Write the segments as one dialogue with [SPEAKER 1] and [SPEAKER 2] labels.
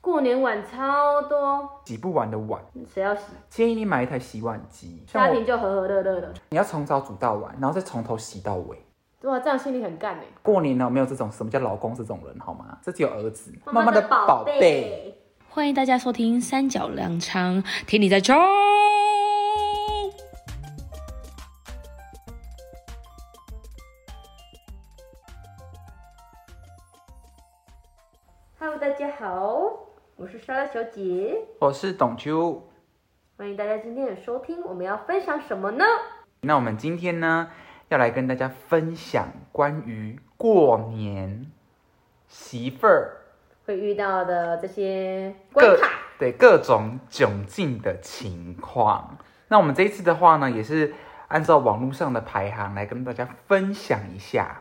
[SPEAKER 1] 过年碗超多，
[SPEAKER 2] 洗不完的碗，
[SPEAKER 1] 谁要洗？
[SPEAKER 2] 建议你买一台洗碗机。像
[SPEAKER 1] 家
[SPEAKER 2] 我，
[SPEAKER 1] 庭就和和乐乐的。
[SPEAKER 2] 你要从早煮到晚，然后再从头洗到尾。
[SPEAKER 1] 对啊，这样心里很干哎、
[SPEAKER 2] 过年哦呢，没有这种什么叫老公这种人好吗？这只有儿子，
[SPEAKER 1] 妈妈
[SPEAKER 2] 的
[SPEAKER 1] 的
[SPEAKER 2] 宝
[SPEAKER 1] 宝
[SPEAKER 2] 贝。
[SPEAKER 1] 贝。
[SPEAKER 3] 欢迎大家收听《三角粮仓》，听你在冲。
[SPEAKER 1] Hello，大家好，我是莎拉小姐，
[SPEAKER 2] 我是董秋。
[SPEAKER 1] 欢迎大家今天的收听。我们要分享什么呢？
[SPEAKER 2] 那我们今天呢，要来跟大家分享关于过年媳妇儿
[SPEAKER 1] 会遇到的这些关
[SPEAKER 2] 各
[SPEAKER 1] 卡，
[SPEAKER 2] 对各种窘境的情况。那我们这一次的话呢，也是按照网络上的排行来跟大家分享一下。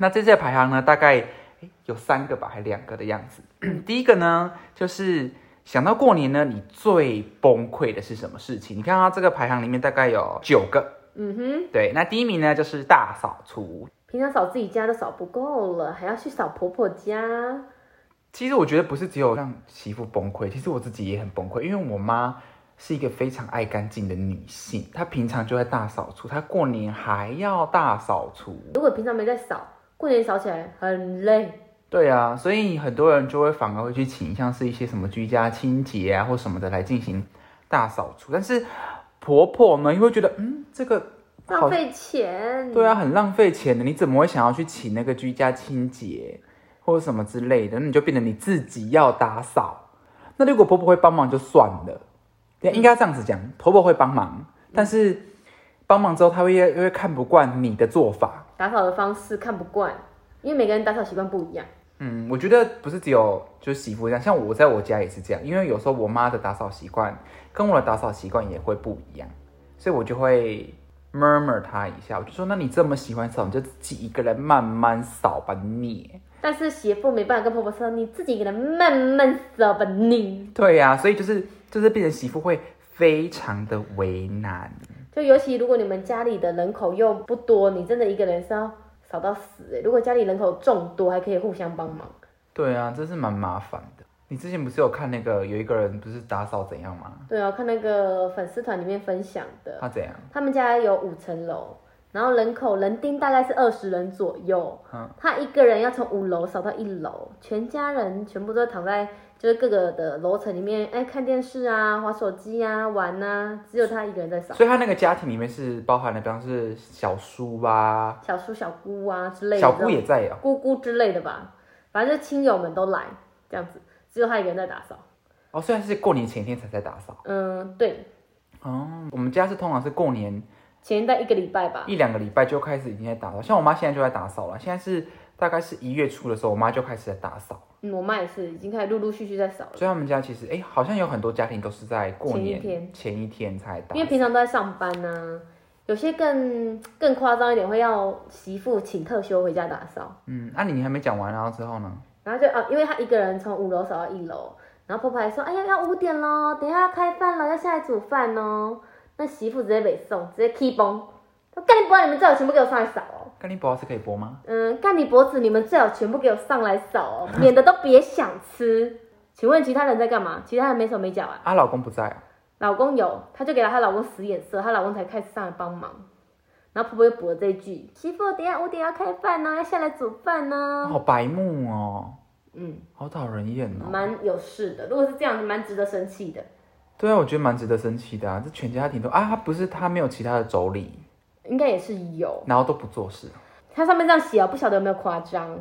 [SPEAKER 2] 那这次的排行呢，大概诶有三个吧，还两个的样子。 第一个呢，就是想到过年呢，你最崩溃的是什么事情？你看到这个排行里面大概有九个，
[SPEAKER 1] 嗯哼，
[SPEAKER 2] 对，那第一名呢就是大扫除。
[SPEAKER 1] 平常扫自己家都扫不够了，还要去扫婆婆家。
[SPEAKER 2] 其实我觉得不是只有让媳妇崩溃，其实我自己也很崩溃，因为我妈是一个非常爱干净的女性，她平常就在大扫除，她过年还要大扫除。
[SPEAKER 1] 如果平常没在扫，过年扫起来很累。
[SPEAKER 2] 对啊，所以很多人就会反而会去倾向是一些什么居家清洁啊或什么的来进行大扫除，但是婆婆们又会觉得，嗯，这个
[SPEAKER 1] 浪费钱，
[SPEAKER 2] 对啊，，很浪费钱的。你怎么会想要去请那个居家清洁或者什么之类的？那你就变成你自己要打扫。那如果婆婆会帮忙就算了，对应该这样子讲，婆婆会帮忙，但是帮忙之后她会越会看不惯你的做法。
[SPEAKER 1] 打扫的方式看不惯，因为每个人打扫习惯不一样。
[SPEAKER 2] 嗯，我觉得不是只有就是媳妇这样，像我在我家也是这样，因为有时候我妈的打扫习惯跟我的打扫习惯也会不一样，所以我就会 murmur 她一下，我就说：“那你这么喜欢扫，你就自己一个人慢慢扫吧，你。”
[SPEAKER 1] 但是媳妇没办法跟婆婆说，你自己一个人慢慢扫吧你。
[SPEAKER 2] 对呀、所以就是就是变成媳妇会非常的为难。
[SPEAKER 1] 就尤其如果你们家里的人口又不多，你真的一个人是要扫到死、欸。如果家里人口众多，还可以互相帮忙。
[SPEAKER 2] 对啊，这是蛮麻烦的。你之前不是有看那个有一个人不是打扫怎样吗？
[SPEAKER 1] 对啊，看那个粉丝团里面分享的，
[SPEAKER 2] 他怎样？
[SPEAKER 1] 他们家有五层楼，然后人口人丁大概是二十人左右。
[SPEAKER 2] 嗯
[SPEAKER 1] 他一个人要从五楼扫到一楼，全家人全部都躺在就是各个的楼层里面，哎，看电视啊，划手机啊，玩啊，只有他一个人在扫。
[SPEAKER 2] 所以他那个家庭里面是包含了，比方是小叔啊，
[SPEAKER 1] 小叔、小姑啊之类的，
[SPEAKER 2] 小姑也在哦。
[SPEAKER 1] 姑姑之类的吧，反正就亲友们都来这样子，只有他一个人在打扫。
[SPEAKER 2] 哦，虽然是过年前一天才在打扫。
[SPEAKER 1] 嗯，对，嗯
[SPEAKER 2] 哦，我们家是通常是过年
[SPEAKER 1] 前大概一个礼拜吧，
[SPEAKER 2] 一两个礼拜就开始已经在打扫，像我妈现在就在打扫了。现在是大概是一月初的时候，我妈就开始在打扫。
[SPEAKER 1] 嗯，我妈也是已经开始陆陆续续在扫了，
[SPEAKER 2] 所以他们家其实，哎、好像有很多家庭都是在过
[SPEAKER 1] 前一
[SPEAKER 2] 年
[SPEAKER 1] 天
[SPEAKER 2] 前一天才打扫。
[SPEAKER 1] 因为平常都在上班呢、有些更更夸张一点，会要媳妇请特休回家打扫，
[SPEAKER 2] 嗯，那、你还没讲完，然后之后呢？
[SPEAKER 1] 然后就啊，因为她一个人从五楼扫到一楼，然后婆婆还说，哎呀，要五点喽，等一下要开饭了，要下来煮饭哦。那媳妇直接北送，直接 key 崩，说干你不要你们最好全部给我上来扫哦。
[SPEAKER 2] 干你不好是可以播吗？
[SPEAKER 1] 嗯，干你脖子，你们最好全部给我上来扫哦，免得都别想吃。请问其他人在干嘛？其他人没手没脚啊？
[SPEAKER 2] 啊，老公不在、啊，
[SPEAKER 1] 老公有，她就给了她老公使眼色，她老公才开始上来帮忙。然后婆婆又补了这一句：“媳妇，等一下五点要开饭呢、要下来煮饭呢、
[SPEAKER 2] 好白目哦，
[SPEAKER 1] 嗯，
[SPEAKER 2] 好讨人厌哦。
[SPEAKER 1] 蛮有事的。如果是这样，蛮值得生气的。
[SPEAKER 2] 对啊，我觉得蛮值得生气的啊，这全家庭都啊，他不是他没有其他的妯娌，
[SPEAKER 1] 应该也是有，
[SPEAKER 2] 然后都不做事，
[SPEAKER 1] 它上面这样写啊，不晓得有没有夸张。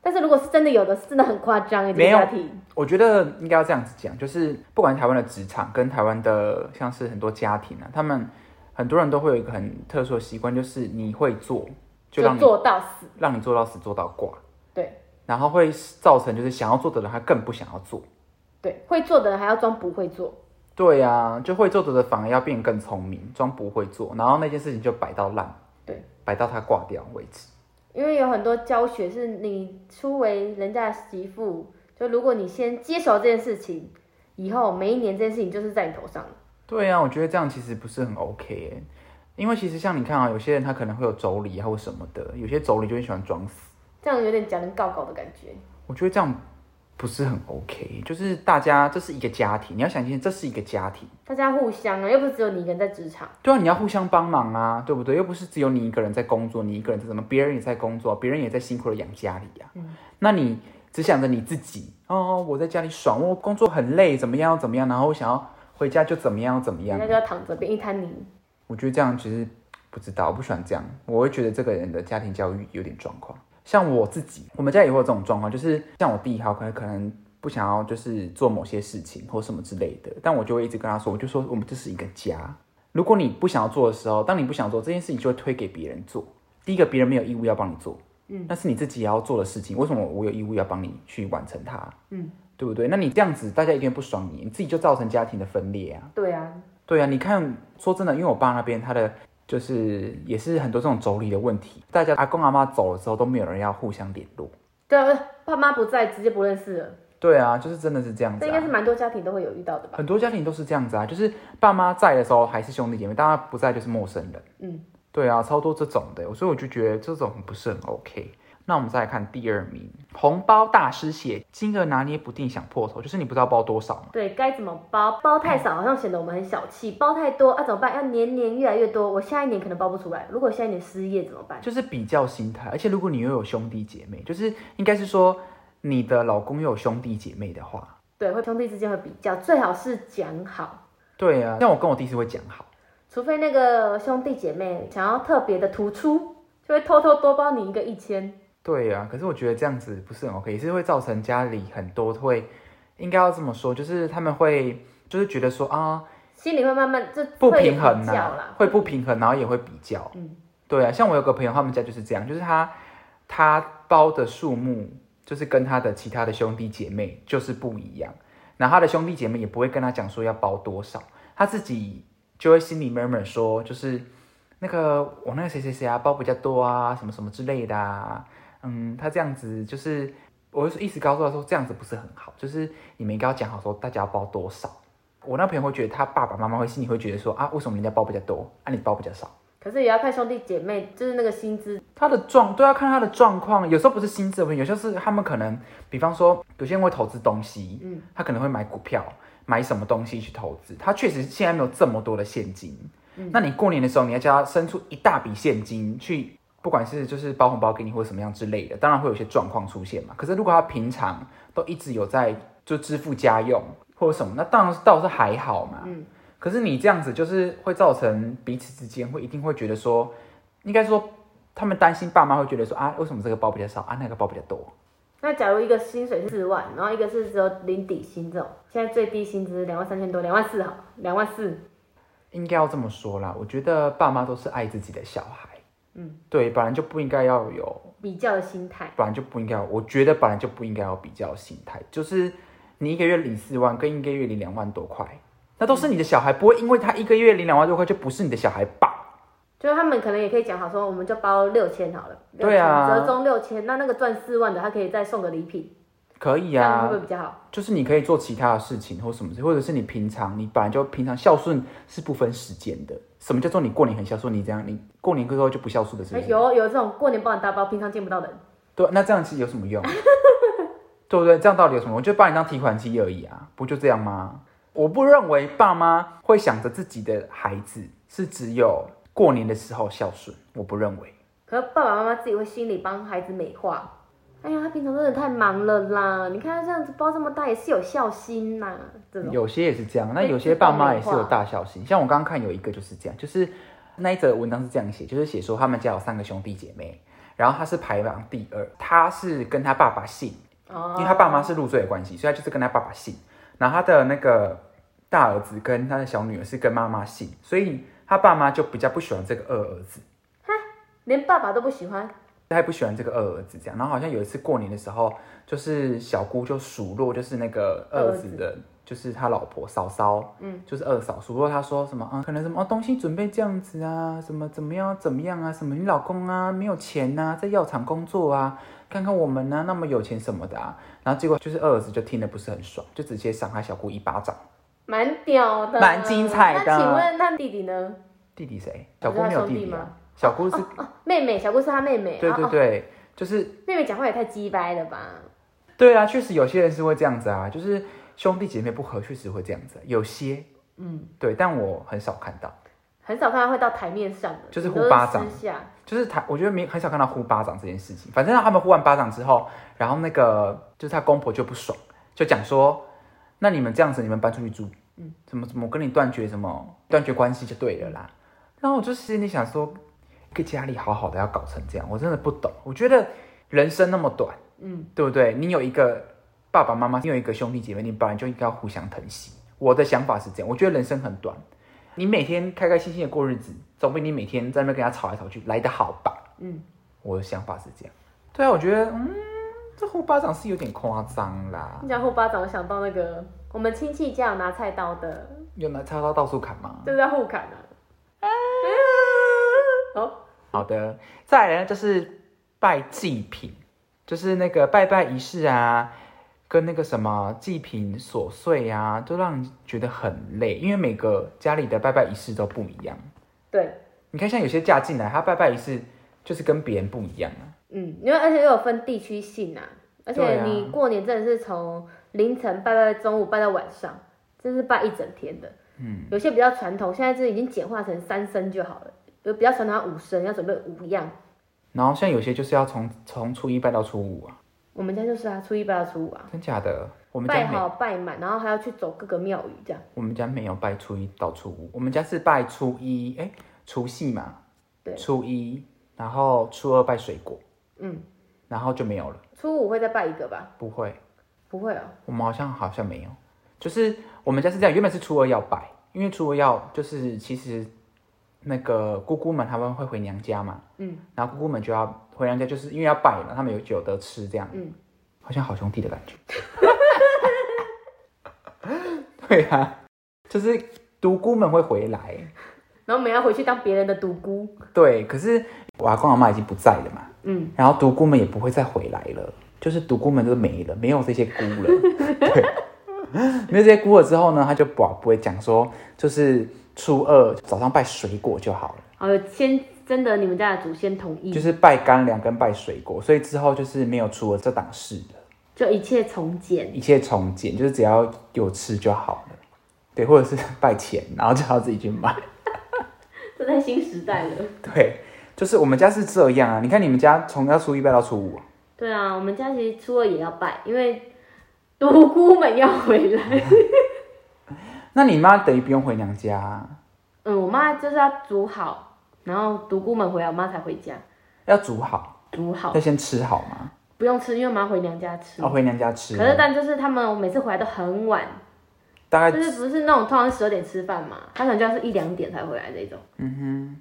[SPEAKER 1] 但是如果是真的有的，是真的很夸张哎、这
[SPEAKER 2] 没
[SPEAKER 1] 个
[SPEAKER 2] 有
[SPEAKER 1] 家庭。
[SPEAKER 2] 我觉得应该要这样子讲，就是不管是台湾的职场跟台湾的像是很多家庭啊，他们很多人都会有一个很特殊的习惯，就是你会做，就让你
[SPEAKER 1] 做到死。
[SPEAKER 2] 让你做到死做到挂，
[SPEAKER 1] 对
[SPEAKER 2] 然后会造成就是想要做的人他更不想要做。
[SPEAKER 1] 对，会做的人还要装不会做。
[SPEAKER 2] 对呀、就会做的人反而要变得更聪明，装不会做，然后那件事情就摆到烂，
[SPEAKER 1] 对，
[SPEAKER 2] 摆到他挂掉为止。
[SPEAKER 1] 因为有很多教学是你出为人家的媳妇，就如果你先接手这件事情，以后每一年这件事情就是在你头上了。
[SPEAKER 2] 对啊呀、我觉得这样其实不是很 OK 耶因为其实像你看啊，有些人他可能会有妯娌啊或什么的，有些妯娌就会喜欢装死，
[SPEAKER 1] 这样有点假人告狗的感觉。
[SPEAKER 2] 我觉得这样不是很 OK，就是大家这是一个家庭，你要想清楚，这是一个家庭，
[SPEAKER 1] 大家互相啊，又不是只有你一个人在职场，
[SPEAKER 2] 对啊，你要互相帮忙啊，对不对？又不是只有你一个人在工作，你一个人在怎么，别人也在工作，别人也在辛苦的养家里呀、那你只想着你自己哦，我在家里爽，我工作很累，怎么样怎么样，然后我想要回家就怎么样怎么样
[SPEAKER 1] 人家。就要躺着变一滩泥。
[SPEAKER 2] 我觉得这样其实不知道，我不喜欢这样，我会觉得这个人的家庭教育有点状况。像我自己，我们家也会有这种状况，就是像我弟他可能可能不想要就是做某些事情或什么之类的，但我就会一直跟他说，我就说我们这是一个家，如果你不想要做的时候，当你不想做这件事情，就会推给别人做。第一个，别人没有义务要帮你做，嗯，那是你自己也要做的事情，为什么我有义务要帮你去完成它？嗯，对不对？那你这样子，大家一定不爽你，你自己就造成家庭的分裂啊。
[SPEAKER 1] 对啊，
[SPEAKER 2] 对啊，你看，说真的，因为我爸那边他的就是也是很多这种妯娌的问题，大家阿公阿妈走了之后都没有人要互相联络。
[SPEAKER 1] 对啊，爸妈不在，直接不认识了。
[SPEAKER 2] 对啊，就是真的是这样子、
[SPEAKER 1] 这
[SPEAKER 2] 啊。
[SPEAKER 1] 应该是蛮多家庭都会有遇到的吧？
[SPEAKER 2] 很多家庭都是这样子啊，就是爸妈在的时候还是兄弟姐妹，大家不在就是陌生人。
[SPEAKER 1] 嗯，
[SPEAKER 2] 对啊，超多这种的，所以我就觉得这种不是很 OK。那我们再来看第二名，红包大失血，金额拿捏不定想破头，就是你不知道包多少嘛。
[SPEAKER 1] 对，该怎么包？包太少好像显得我们很小气，包太多啊怎么办？要年年越来越多，我下一年可能包不出来。如果下一年失业怎么办？
[SPEAKER 2] 就是比较心态，而且如果你又有兄弟姐妹，就是应该是说你的老公又有兄弟姐妹的话，
[SPEAKER 1] 对，会兄弟之间会比较，最好是讲好，
[SPEAKER 2] 对啊，像我跟我弟是会讲好，
[SPEAKER 1] 除非那个兄弟姐妹想要特别的突出，就会偷偷多包你一个一千。
[SPEAKER 2] 对啊，可是我觉得这样子不是很 OK，也是会造成家里很多会，应该要这么说，就是他们会就是觉得说啊
[SPEAKER 1] 心里会慢慢就
[SPEAKER 2] 不
[SPEAKER 1] 会有
[SPEAKER 2] 平衡啊
[SPEAKER 1] 比
[SPEAKER 2] 呐、
[SPEAKER 1] 较啦，
[SPEAKER 2] 会不平衡，然后也会比较，
[SPEAKER 1] 嗯，
[SPEAKER 2] 对啊，像我有个朋友，他们家就是这样，就是他他包的数目就是跟他的其他的兄弟姐妹就是不一样，然后他的兄弟姐妹也不会跟他讲说要包多少，他自己就会心里 murmur 说，就是那个我那个谁谁谁啊，包比较多啊，什么什么之类的啊，嗯，他这样子就是，我就是一直告诉他说这样子不是很好，就是你们应该要讲好说大家要包多少。我那朋友会觉得他爸爸妈妈会心里会觉得说啊，为什么人家包比较多，啊你包比较少？
[SPEAKER 1] 可是也要看兄弟姐妹，就是那个薪资
[SPEAKER 2] 他的状都要看他的状况，有时候不是薪资的问题，有时候是他们可能，比方说有些人会投资东西，嗯，他可能会买股票，买什么东西去投资，他确实现在没有这么多的现金，嗯，那你过年的时候你要叫他生出一大笔现金去，不管是就是包红包给你或者什么样之类的，当然会有一些状况出现嘛。可是如果他平常都一直有在就支付家用或者什么，那当然是倒是还好嘛，嗯，可是你这样子就是会造成彼此之间会一定会觉得说，应该说。他们担心爸妈会觉得说啊，为什么这个包比较少啊，那个包比较多？
[SPEAKER 1] 那假如一个薪水是四万，然后一个是只有零底薪这种，现在最低薪资两万三千多，两万四好，两万四，
[SPEAKER 2] 应该要这么说啦。我觉得爸妈都是爱自己的小孩，嗯，对，本来就不应该要有，
[SPEAKER 1] 比较的心态，
[SPEAKER 2] 本来就不应该有，我觉得本来就不应该有比较心态，就是你一个月领四万，跟一个月领两万多块，那都是你的小孩，不会因为他一个月领两万多块就不是你的小孩吧？
[SPEAKER 1] 就是他们可能也可以讲好说，我们就包六千好了，
[SPEAKER 2] 对啊
[SPEAKER 1] 6000折中六千，那那个赚四万的，他可以再送个礼品，
[SPEAKER 2] 可以
[SPEAKER 1] 这样
[SPEAKER 2] 啊
[SPEAKER 1] 会不，会比较好？
[SPEAKER 2] 就是你可以做其他的事情或什么之类，或者是你平常你本来就平常孝顺是不分时间的。什么叫做你过年很孝顺？你这样，你过年过后就不孝顺的事
[SPEAKER 1] 哎
[SPEAKER 2] 情。
[SPEAKER 1] 有有这种过年包很大包，平常见不到的人，
[SPEAKER 2] 对，那这样其实有什 么用？对不对？这样到底有什么？我就把你当提款机而已啊，不就这样吗？我不认为爸妈会想着自己的孩子是只有过年的时候孝顺，我不认为。
[SPEAKER 1] 可是爸爸妈妈自己会心里帮孩子美化。哎呀，他平常真的太忙了啦！你看他这样子包这么大，也是有孝心呐、这种
[SPEAKER 2] 有些也是这样，那
[SPEAKER 1] 被
[SPEAKER 2] 有
[SPEAKER 1] 自
[SPEAKER 2] 些
[SPEAKER 1] 动
[SPEAKER 2] 爸妈
[SPEAKER 1] 美
[SPEAKER 2] 也是
[SPEAKER 1] 化
[SPEAKER 2] 有大孝心。像我刚刚看有一个就是这样，就是那一则文章是这样写，就是写说他们家有三个兄弟姐妹，然后他是排行第二，他是跟他爸爸姓，
[SPEAKER 1] 哦
[SPEAKER 2] 因为他爸妈是入赘的关系，所以他就是跟他爸爸姓。然后他的那个大儿子跟他的小女儿是跟妈妈姓，所以他爸妈就比较不喜欢这个二儿子，
[SPEAKER 1] 连爸爸都不喜欢，
[SPEAKER 2] 他也不喜欢这个二儿子这样。然后好像有一次过年的时候，就是小姑就数落，就是那个二儿子的，就是他老婆嫂嫂，嗯，就是二嫂数落他说什么啊、可能什么、哦、东西准备这样子啊，什么怎么样怎么样啊，什么你老公啊没有钱啊，在药厂工作啊，看看我们呢、那么有钱什么的啊。然后结果就是二儿子就听得不是很爽，就直接赏他小姑一巴掌。
[SPEAKER 1] 蛮屌的，
[SPEAKER 2] 蛮精彩的
[SPEAKER 1] 那请问那弟弟呢？哦
[SPEAKER 2] 弟弟谁？小姑没有弟弟
[SPEAKER 1] 不是他兄弟吗
[SPEAKER 2] 啊，小姑是，
[SPEAKER 1] 妹妹，小姑是他妹妹。
[SPEAKER 2] 对
[SPEAKER 1] 哦
[SPEAKER 2] 对
[SPEAKER 1] 哦
[SPEAKER 2] 对，就是
[SPEAKER 1] 妹妹讲话也太鸡掰了吧？
[SPEAKER 2] 对啊，确实有些人是会这样子啊，就是兄弟姐妹不和，确实会这样子，有些，嗯，对，但我很少看到，
[SPEAKER 1] 很少看到会到台面上的，
[SPEAKER 2] 就是
[SPEAKER 1] 都
[SPEAKER 2] 互巴掌
[SPEAKER 1] 私下
[SPEAKER 2] 就是他，我觉得没很少看到呼巴掌这件事情。反正他们呼完巴掌之后，然后那个就是他公婆就不爽，就讲说，那你们这样子，你们搬出去住，嗯，怎么怎么跟你断绝什么断绝关系就对了啦。然后我就心里想说，一个家里好好的要搞成这样，我真的不懂。我觉得人生那么短，嗯，对不对？你有一个爸爸妈妈，你有一个兄弟姐妹，你本来就应该互相疼惜。我的想法是这样，我觉得人生很短，你每天开开心心的过日子，总比你每天在那边跟他吵来吵去来的好吧？嗯，我的想法是这样。对啊，我觉得，嗯，这呼巴掌是有点夸张啦。
[SPEAKER 1] 你讲互巴掌，我想到那个我们亲戚家有拿菜刀的，
[SPEAKER 2] 有拿插刀到处砍吗？
[SPEAKER 1] 就是在互砍啊。哦，
[SPEAKER 2] 好的，再来呢就是拜祭品，就是那个拜拜仪式啊，跟那个什么祭品琐碎啊，都让你觉得很累，因为每个家里的拜拜仪式都不一样。
[SPEAKER 1] 对，
[SPEAKER 2] 你看，像有些嫁进来，他拜拜仪式就是跟别人不一样啊。
[SPEAKER 1] 嗯，因为而且又有分地区性啊，而
[SPEAKER 2] 对
[SPEAKER 1] 且
[SPEAKER 2] 啊
[SPEAKER 1] 你过年真的是从凌晨拜拜，中午拜到晚上，真是拜一整天的。嗯，有些比较传统，现在这已经简化成三声就好了。有比较传统，五声要准备五样。
[SPEAKER 2] 然后像有些就是要从从初一拜到初五啊，
[SPEAKER 1] 我们家就是啊，初一拜到初五啊，
[SPEAKER 2] 真假的？我们
[SPEAKER 1] 拜
[SPEAKER 2] 家没
[SPEAKER 1] 好拜满，然后还要去走各个庙宇这样。
[SPEAKER 2] 我们家没有拜初一到初五，我们家是拜初一，哎，除夕嘛，
[SPEAKER 1] 对
[SPEAKER 2] 初一，然后初二拜水果，
[SPEAKER 1] 嗯，
[SPEAKER 2] 然后就没有了，
[SPEAKER 1] 初五会再拜一个吧？
[SPEAKER 2] 不会。
[SPEAKER 1] 不会哦，
[SPEAKER 2] 我们好像好像没有，就是我们家是这样，原本是初二要拜，因为初二要就是其实那个姑姑们他们会回娘家嘛，嗯，然后姑姑们就要回娘家，就是因为要拜了，他们有有得吃这样，嗯，好像好兄弟的感觉， 对啊，就是独孤们会回来，
[SPEAKER 1] 然后我们要回去当别人的独孤。
[SPEAKER 2] 对，可是我阿公阿妈已经不在了嘛，
[SPEAKER 1] 嗯，
[SPEAKER 2] 然后独孤们也不会再回来了，就是独孤们都没了，没有这些姑了， 对，没有这些姑了之后呢，他就不不会讲说，就是初二早上拜水果就好了，
[SPEAKER 1] 哦，先征得你们家的祖先同意，
[SPEAKER 2] 就
[SPEAKER 1] 就是
[SPEAKER 2] 拜干粮跟拜水果，所以之后就是没有初二这档事了，
[SPEAKER 1] 一切从简。
[SPEAKER 2] 一切从简，就是只要有吃就好了，对，或者是拜钱，然后就要自己去买。
[SPEAKER 1] 这在新时代了。
[SPEAKER 2] 对，就是我们家是这样啊，你看你们家从要初一拜到初五啊、
[SPEAKER 1] 对啊，我们家其实初二也要拜，因为独孤们要回来。
[SPEAKER 2] 那你妈等于不用回娘家啊、
[SPEAKER 1] 嗯，我妈就是要煮好，然后独孤们回来，我妈才回家
[SPEAKER 2] 要煮好，
[SPEAKER 1] 煮好
[SPEAKER 2] 要，先吃好吗？
[SPEAKER 1] 不用吃，因为我妈回娘家吃。
[SPEAKER 2] 要回娘家吃
[SPEAKER 1] 可，是但就是他们每次回来都很晚，
[SPEAKER 2] 大概
[SPEAKER 1] 就是不是那种通常十二点吃饭嘛，他可能就要是一两点才回来这种。嗯哼，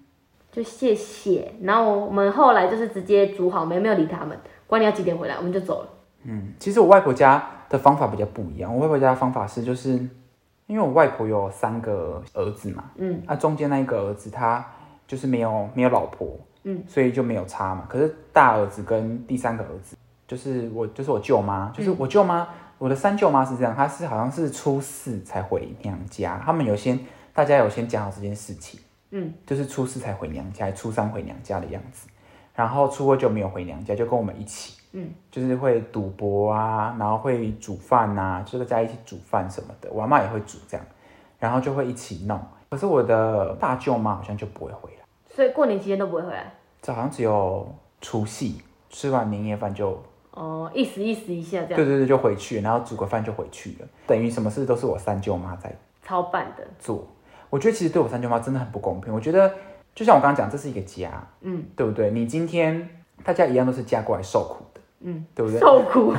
[SPEAKER 1] 就谢谢。然后我们后来就是直接煮好，没没有理他们，管你要几点回来，我们就走了。
[SPEAKER 2] 嗯，其实我外婆家的方法比较不一样。我外婆家的方法是，就是因为我外婆有三个儿子嘛，
[SPEAKER 1] 嗯，
[SPEAKER 2] 那、中间那一个儿子他就是没有没有老婆，
[SPEAKER 1] 嗯，
[SPEAKER 2] 所以就没有差嘛。可是大儿子跟第三个儿子，就是我就是我舅妈，
[SPEAKER 1] 嗯
[SPEAKER 2] 就是我舅妈，我的三舅妈是这样，她是好像是初四才回娘家，他们有先大家有先讲好这件事情，
[SPEAKER 1] 嗯，
[SPEAKER 2] 就是初四才回娘家，初三回娘家的样子。然后初二就没有回娘家，就跟我们一起，就是会赌博啊，然后会煮饭呐、就是大家一起煮饭什么的。我阿妈也会煮这样，然后就会一起弄。可是我的大舅妈好像就不会回来，
[SPEAKER 1] 所以过年期间都不会回来。
[SPEAKER 2] 这好像只有除夕吃完年夜饭就，
[SPEAKER 1] 哦，意思意思一下这
[SPEAKER 2] 对
[SPEAKER 1] 样，
[SPEAKER 2] 对对，就回去，然后煮个饭就回去了，等于什么事都是我三舅妈在
[SPEAKER 1] 超办的。
[SPEAKER 2] 做。我觉得其实对我三舅妈真的很不公平。我觉得就像我刚刚讲，这是一个家，
[SPEAKER 1] 嗯，
[SPEAKER 2] 对不对？你今天大家一样都是嫁过来受苦的，
[SPEAKER 1] 嗯，
[SPEAKER 2] 对不对？
[SPEAKER 1] 受苦。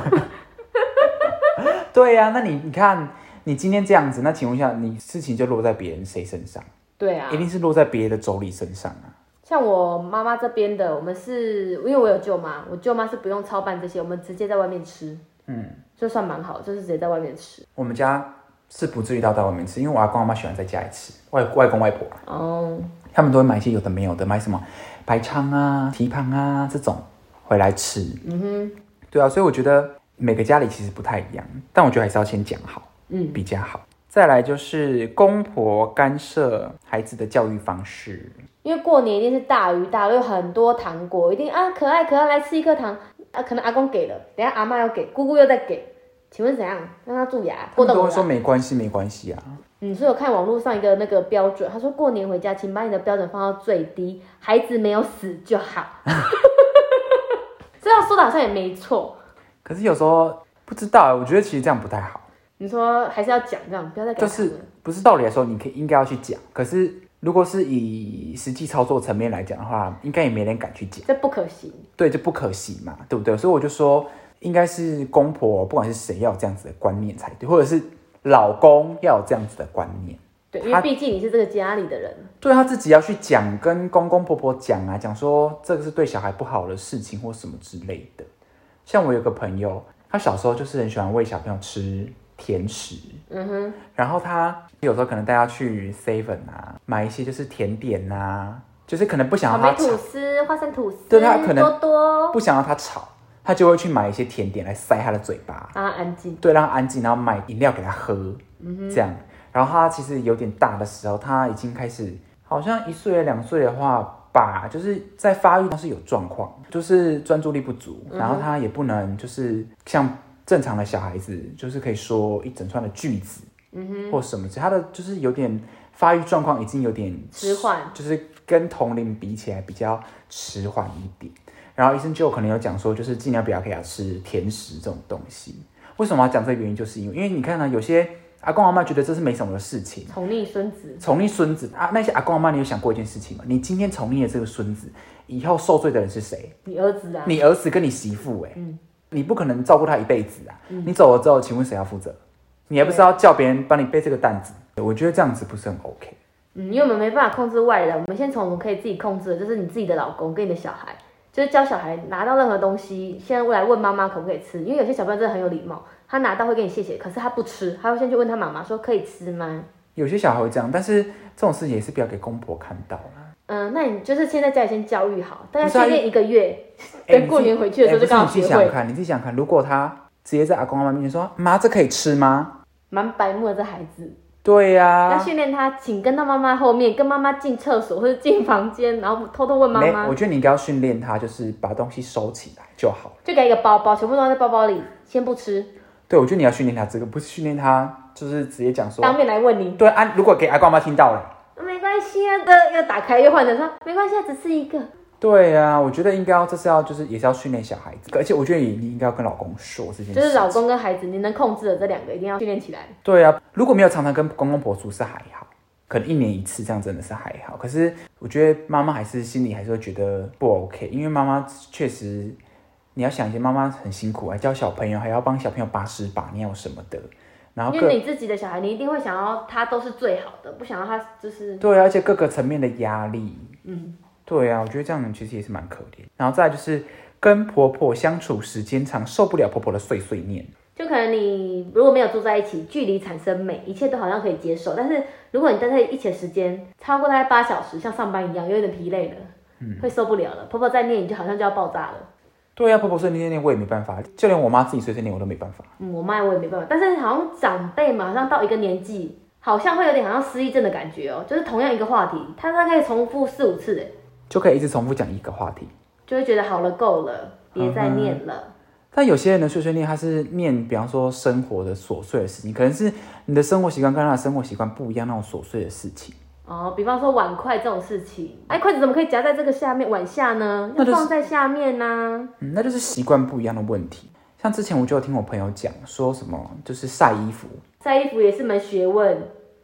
[SPEAKER 2] 对呀、那你你看，你今天这样子，那请问一下，你事情就落在别人谁身上？
[SPEAKER 1] 对啊
[SPEAKER 2] 一，定是落在别的妯娌身上啊。
[SPEAKER 1] 像我妈妈这边的，我们是因为我有舅妈，我舅妈是不用操办这些，我们直接在外面吃。嗯，就算蛮好，就是直接在外面吃。
[SPEAKER 2] 我们家是不至于到在外面吃，因为我阿公阿妈喜欢在家里吃，外外公外婆啊，
[SPEAKER 1] 哦，
[SPEAKER 2] 他们都会买一些有的没有的，买什么白鲳啊、蹄膀啊这种回来吃。嗯哼，对啊，所以我觉得每个家里其实不太一样，但我觉得还是要先讲好，
[SPEAKER 1] 嗯
[SPEAKER 2] 比较好。再来就是公婆干涉孩子的教育方式，
[SPEAKER 1] 因为过年一定是大鱼大肉，有很多糖果，一定啊可爱可爱来吃一颗糖，啊，可能阿公给了，等一下阿妈要给，姑姑又在给，请问怎样让他蛀牙？
[SPEAKER 2] 他
[SPEAKER 1] 过
[SPEAKER 2] 们都
[SPEAKER 1] 动
[SPEAKER 2] 会说
[SPEAKER 1] 了。
[SPEAKER 2] 没关系，没关系啊。
[SPEAKER 1] 嗯，所以我看网络上一个那个标准，他说过年回家，请把你的标准放到最低，孩子没有死就 好。 这样说的好像也没错。
[SPEAKER 2] 可是有时候不知道，我觉得其实这样不太好。
[SPEAKER 1] 你说还是要讲这样，不要再给
[SPEAKER 2] 就
[SPEAKER 1] 他
[SPEAKER 2] 是
[SPEAKER 1] 们
[SPEAKER 2] 不是道理来说，你可以应该要去讲。可是如果是以实际操作层面来讲的话，应该也没人敢去讲，
[SPEAKER 1] 这不可行。
[SPEAKER 2] 对，就不可行嘛，对不对？所以我就说，应该是公婆不管是谁要有这样子的观念才对，或者是老公要有这样子的观念，
[SPEAKER 1] 对，
[SPEAKER 2] 他
[SPEAKER 1] 因为毕竟你是这个家里的人，
[SPEAKER 2] 对他自己要去讲，跟公公婆婆讲啊，讲说这个是对小孩不好的事情或什么之类的。像我有个朋友，他小时候就是很喜欢喂小朋友吃甜食，
[SPEAKER 1] 嗯哼，
[SPEAKER 2] 然后他有时候可能带他去 Seven 啊，买一些就是甜点啊，就是可能不想
[SPEAKER 1] 草
[SPEAKER 2] 要他
[SPEAKER 1] 莓
[SPEAKER 2] 吵
[SPEAKER 1] 吐，司、花生吐司，
[SPEAKER 2] 对他可能
[SPEAKER 1] 多多
[SPEAKER 2] 不想要他吵，他就会去买一些甜点来塞他的嘴巴，
[SPEAKER 1] 让他安静。
[SPEAKER 2] 对，让他安静，然后买饮料给他喝，这样。然后他其实有点大的时候，他已经开始好像一岁两岁的话吧，就是在发育上是有状况，就是专注力不足，然后他也不能就是像正常的小孩子，就是可以说一整串的句子，嗯哼，或什么之类，他的就是有点发育状况已经有点
[SPEAKER 1] 迟缓
[SPEAKER 2] 就是跟同龄比起来比较迟缓一点。然后医生就有可能有讲说，就是尽量不要给他吃甜食这种东西。为什么要讲这个原因？就是因为，因为你看啊，有些阿公阿妈觉得这是没什么的事情，
[SPEAKER 1] 宠溺孙子，
[SPEAKER 2] 宠溺孙子啊，那些阿公阿妈，你有想过一件事情吗？你今天宠溺的这个孙子，以后受罪的人是谁？
[SPEAKER 1] 你儿子啊，
[SPEAKER 2] 你儿子跟你媳妇哎、你不可能照顾他一辈子啊。你走了之后，请问谁要负责？你还不是要叫别人帮你背这个担子？我觉得这样子不是很 OK。
[SPEAKER 1] 嗯，因为我们没办法控制外人，我们先从我们可以自己控制的，就是你自己的老公跟你的小孩，就是教小孩拿到任何东西，现在未来问妈妈可不可以吃，因为有些小朋友真的很有礼貌，他拿到会跟你谢谢，可是他不吃，他会先去问他妈妈说可以吃吗？
[SPEAKER 2] 有些小孩会这样，但是这种事情也是不要给公婆看到啦。
[SPEAKER 1] 嗯，那你就是先在家里先教育好，大概
[SPEAKER 2] 不是啊
[SPEAKER 1] 训练一个月，
[SPEAKER 2] 哎
[SPEAKER 1] 等过年回去的时候就
[SPEAKER 2] 你自己哎
[SPEAKER 1] 刚
[SPEAKER 2] 不
[SPEAKER 1] 好
[SPEAKER 2] 是
[SPEAKER 1] 学
[SPEAKER 2] 你自己想想
[SPEAKER 1] 会，
[SPEAKER 2] 看，你自己想想看，如果他直接在阿公阿妈面前说：“妈，这可以吃吗
[SPEAKER 1] 蛮白目的这孩子。？”
[SPEAKER 2] 对呀、
[SPEAKER 1] 要训练他，请跟到妈妈后面，跟妈妈进厕所或者进房间，然后偷偷问妈
[SPEAKER 2] 没，
[SPEAKER 1] 妈
[SPEAKER 2] 我，觉得你应该要训练他，就是把东西收起来就好了。
[SPEAKER 1] 就给他一个包包，全部都放在包包里，先不吃，
[SPEAKER 2] 对，我觉得你要训练他这个，不是训练他，就是直接讲说，
[SPEAKER 1] 当面来问你。
[SPEAKER 2] 对啊，如果给阿公阿妈听到了，
[SPEAKER 1] 没关系啊，的要打开又换成说没关系啊，只吃一个。
[SPEAKER 2] 对啊，我觉得应该要，这是要就是也是要训练小孩子，而且我觉得你你应该要跟老公说这件事，
[SPEAKER 1] 就是老，公跟孩子，你能控制的这两个一定要训练起来。
[SPEAKER 2] 对啊，如果没有常常跟公公婆叔是还好，可能一年一次这样真的是还好，可是我觉得妈妈还是心里还是会觉得不 OK，因为妈妈确实。你要想一些妈妈很辛苦，还教小朋友，还要帮小朋友把屎把尿什么的，然后
[SPEAKER 1] 因
[SPEAKER 2] 各
[SPEAKER 1] 为你自己的小孩，你一定会想要他都是最好的，不想要他就是
[SPEAKER 2] 对啊，而且各个层面的压力，
[SPEAKER 1] 嗯，
[SPEAKER 2] 对啊，我觉得这样其实也是蛮可怜。然后再来就是跟婆婆相处时间长，受不了婆婆的碎碎念。
[SPEAKER 1] 就可能你如果没有住在一起，距离产生美，一切都好像可以接受。但是如果你待在一起的时间超过大概八小时，像上班一样，有点疲累了，会受不了了。婆婆再念你，就好像就要爆炸了。
[SPEAKER 2] 对啊，婆婆碎碎念我也没办法，就连我妈自己碎碎念我都没办法。
[SPEAKER 1] 嗯，我妈我也没办法，但是好像长辈嘛，好像到一个年纪，好像会有点好像失忆症的感觉哦，就是同样一个话题，她大概重复四五次，哎，
[SPEAKER 2] 就可以一直重复讲一个话题。
[SPEAKER 1] 就会觉得好了够了，别再念了。
[SPEAKER 2] 但有些人的碎碎念，他是念，比方说生活的琐碎的事情，可能是你的生活习惯跟他的生活习惯不一样，那种琐碎的事情。
[SPEAKER 1] 哦，比方说碗筷这种事情，哎，筷子怎么可以夹在这个下面碗下呢？
[SPEAKER 2] 那
[SPEAKER 1] 要
[SPEAKER 2] 就是
[SPEAKER 1] 放在下面呢、
[SPEAKER 2] 嗯，那就是习惯不一样的问题。像之前我就有听我朋友讲说什么，就是晒衣服。
[SPEAKER 1] 晒衣服也是门学问，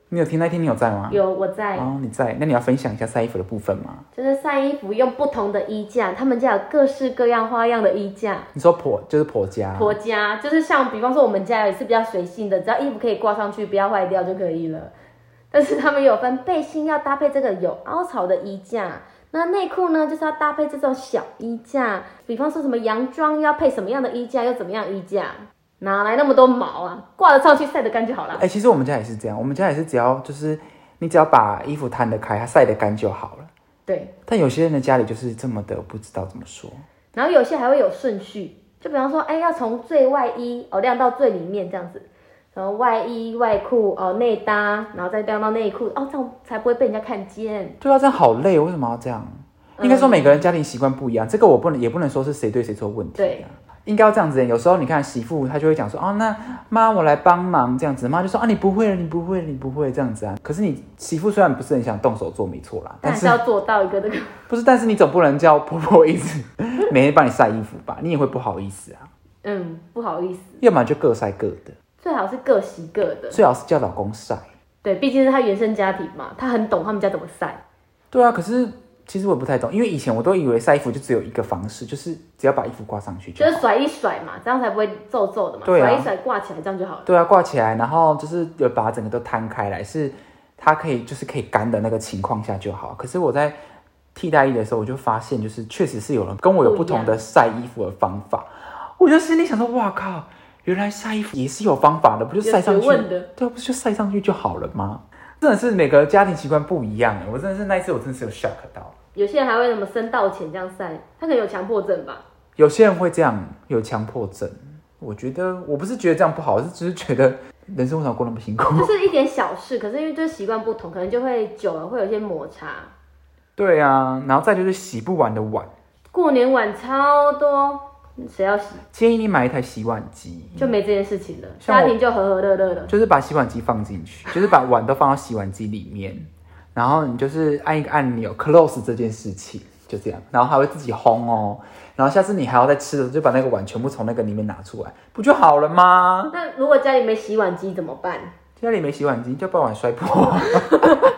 [SPEAKER 2] 你有听那天你有在吗？
[SPEAKER 1] 有我在，
[SPEAKER 2] 哦，你在？那你要分享一下晒衣服的部分吗？
[SPEAKER 1] 就是晒衣服用不同的衣架，他们家有各式各样花样的衣架。
[SPEAKER 2] 你说婆就是婆家，
[SPEAKER 1] 婆家就是像，比方说我们家也是比较随性的，只要衣服可以挂上去，不要坏掉就可以了。但是他们有分背心要搭配这个有凹槽的衣架，那内裤呢就是要搭配这种小衣架，比方说什么洋装要配什么样的衣架，又怎么样衣架，哪来那么多毛啊？挂得上去晒得干就好了
[SPEAKER 2] 哎、。其实我们家也是这样，我们家也是只要就是你只要把衣服摊得开，它晒得干就好了。
[SPEAKER 1] 对，
[SPEAKER 2] 但有些人的家里就是这么的，不知道怎么说。
[SPEAKER 1] 然后有些还会有顺序，就比方说，哎，要从最外衣哦晾到最里面这样子，然后外衣外裤哦内搭，然后再晾到内裤哦，这样才不会被人家看见。
[SPEAKER 2] 对啊，这样好累，为什么要这样？应该说每个人家庭习惯不一样，这个我不能也不能说是谁对谁错问题、啊。
[SPEAKER 1] 对，
[SPEAKER 2] 应该要这样子。有时候你看媳妇，她就会讲说：“哦，那妈，我来帮忙。”这样子，妈就说：“啊，你不会了，你不会了，你不会这样子啊。”可是你媳妇虽然不是很想动手做，没错啦，
[SPEAKER 1] 但
[SPEAKER 2] 但
[SPEAKER 1] 还是
[SPEAKER 2] 是
[SPEAKER 1] 要做到一个这 个，
[SPEAKER 2] 不是？但是你总不能叫婆婆一直 每天帮你晒衣服吧？你也会不好意思啊。
[SPEAKER 1] 嗯，不好意思，
[SPEAKER 2] 要么就各晒各的，
[SPEAKER 1] 最好是各洗各的。
[SPEAKER 2] 最好是叫老公晒。
[SPEAKER 1] 对，毕竟是他原生家庭嘛，他很懂他们家怎么晒。
[SPEAKER 2] 对啊，可是其实我也不太懂，因为以前我都以为晒衣服就只有一个方式，就是只要把衣服挂上去就
[SPEAKER 1] 就
[SPEAKER 2] 好
[SPEAKER 1] 是甩一甩嘛，这样才不会皱皱的嘛。
[SPEAKER 2] 对啊
[SPEAKER 1] 甩一甩挂起来，这样就好了。
[SPEAKER 2] 对啊，挂起来，然后就是有把它整个都摊开来，是它可以就是可以干的那个情况下就好。可是我在替代役的时候，我就发现就是确实是有人跟我有不同的晒衣服的方法，我就心里想说，哇靠，原来晒衣服也是有方法的，不就晒上去
[SPEAKER 1] 有学问的？
[SPEAKER 2] 对啊，不是就晒上去就好了吗？真的是每个家庭习惯不一样，欸我真的是那一次我真的是有 shock 到，
[SPEAKER 1] 有些人还会什么升道前这样晒，他可能有强迫症吧。
[SPEAKER 2] 有些人会这样有强迫症。我觉得我不是觉得这样不好，我是只是觉得人生为什么过那么辛苦？
[SPEAKER 1] 就是一点小事，可是因为就是习惯不同，可能就会久了会有一些摩擦。
[SPEAKER 2] 对啊，然后再就是洗不完的碗，
[SPEAKER 1] 过年碗超多，谁要洗
[SPEAKER 2] 建议你买一台洗碗机，
[SPEAKER 1] 就没这件事情了，
[SPEAKER 2] 像我
[SPEAKER 1] 家庭就和和乐乐了。
[SPEAKER 2] 就是把洗碗机放进去，就是把碗都放到洗碗机里面，然后你就是按一个按钮 close 这件事情，就这样，然后还会自己烘哦，然后下次你还要再吃的时候，就把那个碗全部从那个里面拿出来，不就好了吗？
[SPEAKER 1] 那如果家里没洗碗机怎么办？
[SPEAKER 2] 家里没洗碗机，就把碗摔破。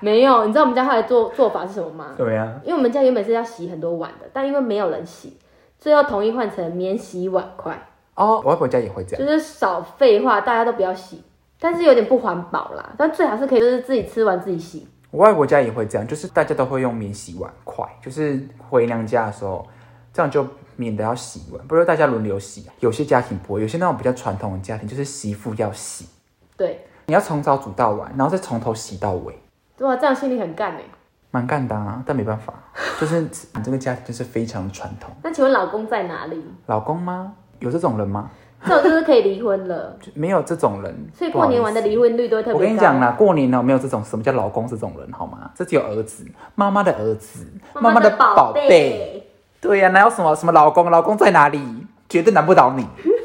[SPEAKER 1] 没有，你知道我们家后来做做法是什么吗？
[SPEAKER 2] 对啊，
[SPEAKER 1] 因为我们家原本是要洗很多碗的，但因为没有人洗，最后统一换成免洗碗筷，
[SPEAKER 2] 哦，我外婆家也会这样
[SPEAKER 1] 就。是少废话，大家都不要洗。但是有点不环保啦，但最好是可以就是自己吃完自己洗。
[SPEAKER 2] 我外国家也会这样，就是大家都会用免洗碗筷，就是回娘家的时候，这样就免得要洗碗，不是大家轮流洗。啊有些家庭不会，有些那种比较传统的家庭，就是媳妇要洗，
[SPEAKER 1] 对，
[SPEAKER 2] 你要从早煮到晚，然后再从头洗到尾，
[SPEAKER 1] 哇，这样心里很干哎、
[SPEAKER 2] 蛮干的啊，但没办法，就是你这个家庭就是非常传统。
[SPEAKER 1] 那请问老公在哪里？
[SPEAKER 2] 老公吗？有这种人吗？
[SPEAKER 1] 这种就是可以离婚了，
[SPEAKER 2] 就没有这种人，
[SPEAKER 1] 所以过年
[SPEAKER 2] 不好
[SPEAKER 1] 玩
[SPEAKER 2] 意
[SPEAKER 1] 的
[SPEAKER 2] 思
[SPEAKER 1] 离婚率都会特别高。
[SPEAKER 2] 我跟你讲啦，过年哦呢没有这种什么叫老公这种人好吗？这只有儿子，妈妈的儿子，
[SPEAKER 1] 妈
[SPEAKER 2] 妈
[SPEAKER 1] 妈
[SPEAKER 2] 的
[SPEAKER 1] 的宝
[SPEAKER 2] 贝。
[SPEAKER 1] 贝，
[SPEAKER 2] 对呀、哪有什么什么老公？老公在哪里？绝对难不倒你，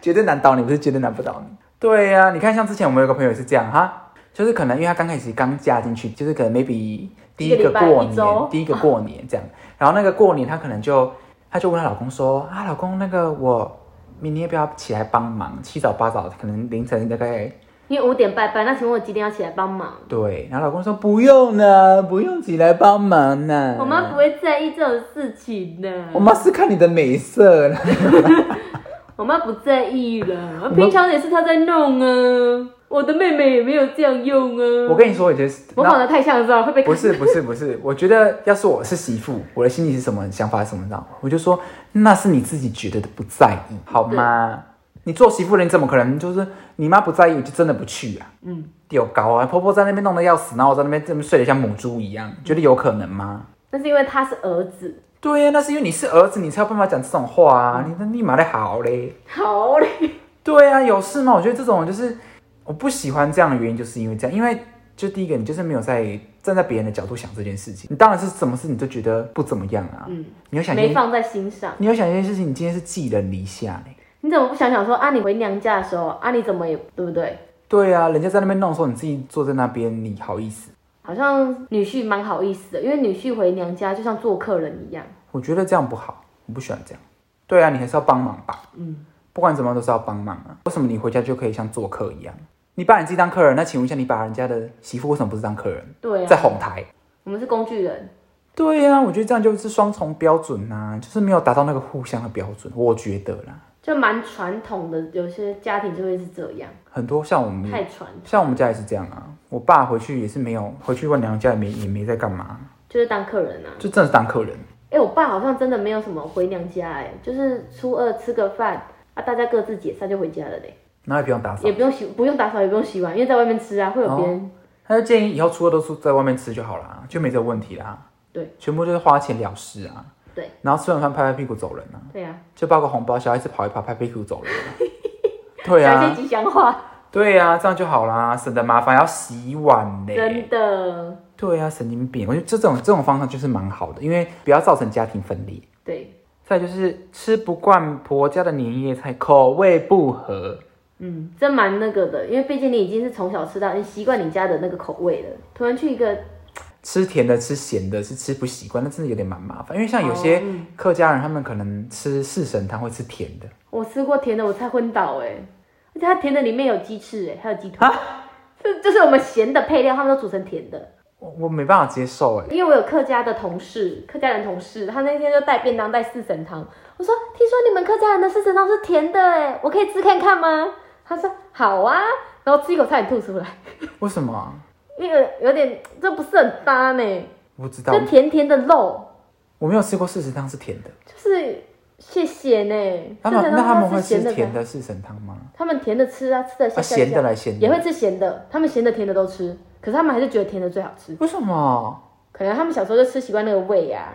[SPEAKER 2] 绝对难倒你，不是绝对难不倒你。对呀、你看像之前我们有个朋友也是这样哈，就是可能因为他刚开始刚嫁进去，就是可能 maybe 第一
[SPEAKER 1] 一个
[SPEAKER 2] 个
[SPEAKER 1] 礼拜
[SPEAKER 2] 过
[SPEAKER 1] 一
[SPEAKER 2] 年
[SPEAKER 1] 周，
[SPEAKER 2] 第一个过年这样，然后那个过年她可能就她就问她老公说啊，老公那个我明天要不要起来帮忙？七早八早，可能凌晨大概
[SPEAKER 1] 因为五点拜拜，那请问我几点要起来帮忙？
[SPEAKER 2] 对，然后老公说不用呢，不用起来帮忙呢，
[SPEAKER 1] 我妈不会在意这种事情
[SPEAKER 2] 我
[SPEAKER 1] 的，
[SPEAKER 2] 妈是看你的美色啦。
[SPEAKER 1] 我妈不在意了，平常也是她在弄啊，我的妹妹也没有这样用啊。
[SPEAKER 2] 我跟你说，我觉得
[SPEAKER 1] 模仿的太像是吧？会被
[SPEAKER 2] 那不是不是不是， 我觉得要是我是媳妇，我的心里是什么想法是什么呢？我就说那是你自己觉得的不在意，好吗？你做媳妇的，你怎么可能就是你妈不在意，我就真的不去啊？嗯，丢高啊！婆婆在那边弄得要死，然后我在那边这么睡得像母猪一样，觉得有可能吗？
[SPEAKER 1] 那是因为他是儿子，
[SPEAKER 2] 对呀、啊那是因为你是儿子，你才有办法讲这种话啊！你那立马的好嘞。
[SPEAKER 1] 好嘞，
[SPEAKER 2] 对啊，有事吗？我觉得这种就是我不喜欢这样的原因，就是因为这样，因为就第一个，你就是没有在站在别人的角度想这件事情，你当然是什么事你都觉得不怎么样啊。嗯，你要想一
[SPEAKER 1] 没
[SPEAKER 2] 件，
[SPEAKER 1] 放在心上。
[SPEAKER 2] 你要想一件事情，你今天是寄人篱下嘞。
[SPEAKER 1] 你怎么不想想说啊？你回娘家的时候啊，你怎么也对不对？
[SPEAKER 2] 对啊，人家在那边弄的时候，你自己坐在那边，你好意思？
[SPEAKER 1] 好像女婿蛮好意思的，因为女婿回娘家就像做客人一样。
[SPEAKER 2] 我觉得这样不好，我不喜欢这样。对啊，你还是要帮忙吧。嗯，不管怎么样都是要帮忙啊。为什么你回家就可以像做客一样？你把你自己当客人，那请问一下，你把人家的媳妇为什么不是当客人，
[SPEAKER 1] 对
[SPEAKER 2] 在
[SPEAKER 1] 啊，
[SPEAKER 2] 哄抬？
[SPEAKER 1] 我们是工具人。
[SPEAKER 2] 对呀、我觉得这样就是双重标准呐、就是没有达到那个互相的标准，我觉得啦。
[SPEAKER 1] 就蛮传统的，有些家庭就会是这样，
[SPEAKER 2] 很多像我们，
[SPEAKER 1] 太传，
[SPEAKER 2] 像我们家也是这样啊。我爸回去也是没有回去问娘家，也没也没在干嘛，
[SPEAKER 1] 就是当客人啊。
[SPEAKER 2] 就真的是当客人。
[SPEAKER 1] 哎、我爸好像真的没有什么回娘家、哎，就是初二吃个饭啊，大家各自解散就回家了嘞，
[SPEAKER 2] 然后也不用打扫
[SPEAKER 1] 也，不用洗，不用打扫，也不用洗碗，因为在外面吃啊，
[SPEAKER 2] 哦
[SPEAKER 1] 会有别人。
[SPEAKER 2] 他就建议以后初二都是在外面吃就好啦，就没这个问题啦。
[SPEAKER 1] 对，
[SPEAKER 2] 全部就是花钱了事啊。
[SPEAKER 1] 对，
[SPEAKER 2] 然后吃完饭拍拍屁股走人啊，
[SPEAKER 1] 对啊，
[SPEAKER 2] 就包个红包，小孩子跑一跑拍屁股走人、 啊。对
[SPEAKER 1] 讲一
[SPEAKER 2] 啊
[SPEAKER 1] 些，吉祥话，
[SPEAKER 2] 对啊，这样就好啦，省得麻烦要洗碗嘞。
[SPEAKER 1] 真的，
[SPEAKER 2] 对啊，神经病！我觉得这种这种方式就是蛮好的，因为不要造成家庭分裂。
[SPEAKER 1] 对，
[SPEAKER 2] 再就是吃不惯婆家的年夜菜，口味不合。
[SPEAKER 1] 嗯，真蛮那个的，因为毕竟你已经是从小吃到你习惯你家的那个口味了，突然去一个
[SPEAKER 2] 吃甜的、吃咸的是吃不习惯，那真的有点蛮麻烦。因为像有
[SPEAKER 1] 哦
[SPEAKER 2] 些
[SPEAKER 1] 嗯
[SPEAKER 2] 客家人，他们可能吃四神汤会吃甜的，
[SPEAKER 1] 我吃过甜的，我才昏倒哎、而且它甜的里面有鸡翅哎、还有鸡腿，
[SPEAKER 2] 啊
[SPEAKER 1] 这就是我们咸的配料，他们都煮成甜的。
[SPEAKER 2] 我我没办法接受哎。
[SPEAKER 1] 因为我有客家的同事，客家人同事，他那天就带便当带四神汤。我说：“听说你们客家人的四神汤是甜的，哎，我可以吃看看吗？”他说：“好啊。”然后吃一口差点吐出来，
[SPEAKER 2] 为什么啊？
[SPEAKER 1] 因为有点这不是很搭呢，
[SPEAKER 2] 我不知道
[SPEAKER 1] 就，甜甜的肉，
[SPEAKER 2] 我没有吃过四神汤是甜的。
[SPEAKER 1] 就是谢谢呢。
[SPEAKER 2] 他们
[SPEAKER 1] 四神
[SPEAKER 2] 那
[SPEAKER 1] 汤
[SPEAKER 2] 他们会
[SPEAKER 1] 是
[SPEAKER 2] 吃
[SPEAKER 1] 咸的吧
[SPEAKER 2] 甜的四神汤吗？
[SPEAKER 1] 他们甜的吃啊，吃的
[SPEAKER 2] 啊，
[SPEAKER 1] 下下
[SPEAKER 2] 咸的
[SPEAKER 1] 下
[SPEAKER 2] 来咸
[SPEAKER 1] 也会
[SPEAKER 2] 的。
[SPEAKER 1] 吃咸的，他们咸的甜的都吃，可是他们还是觉得甜的最好吃，
[SPEAKER 2] 为什么？
[SPEAKER 1] 可能他们小时候就吃习惯那个味呀、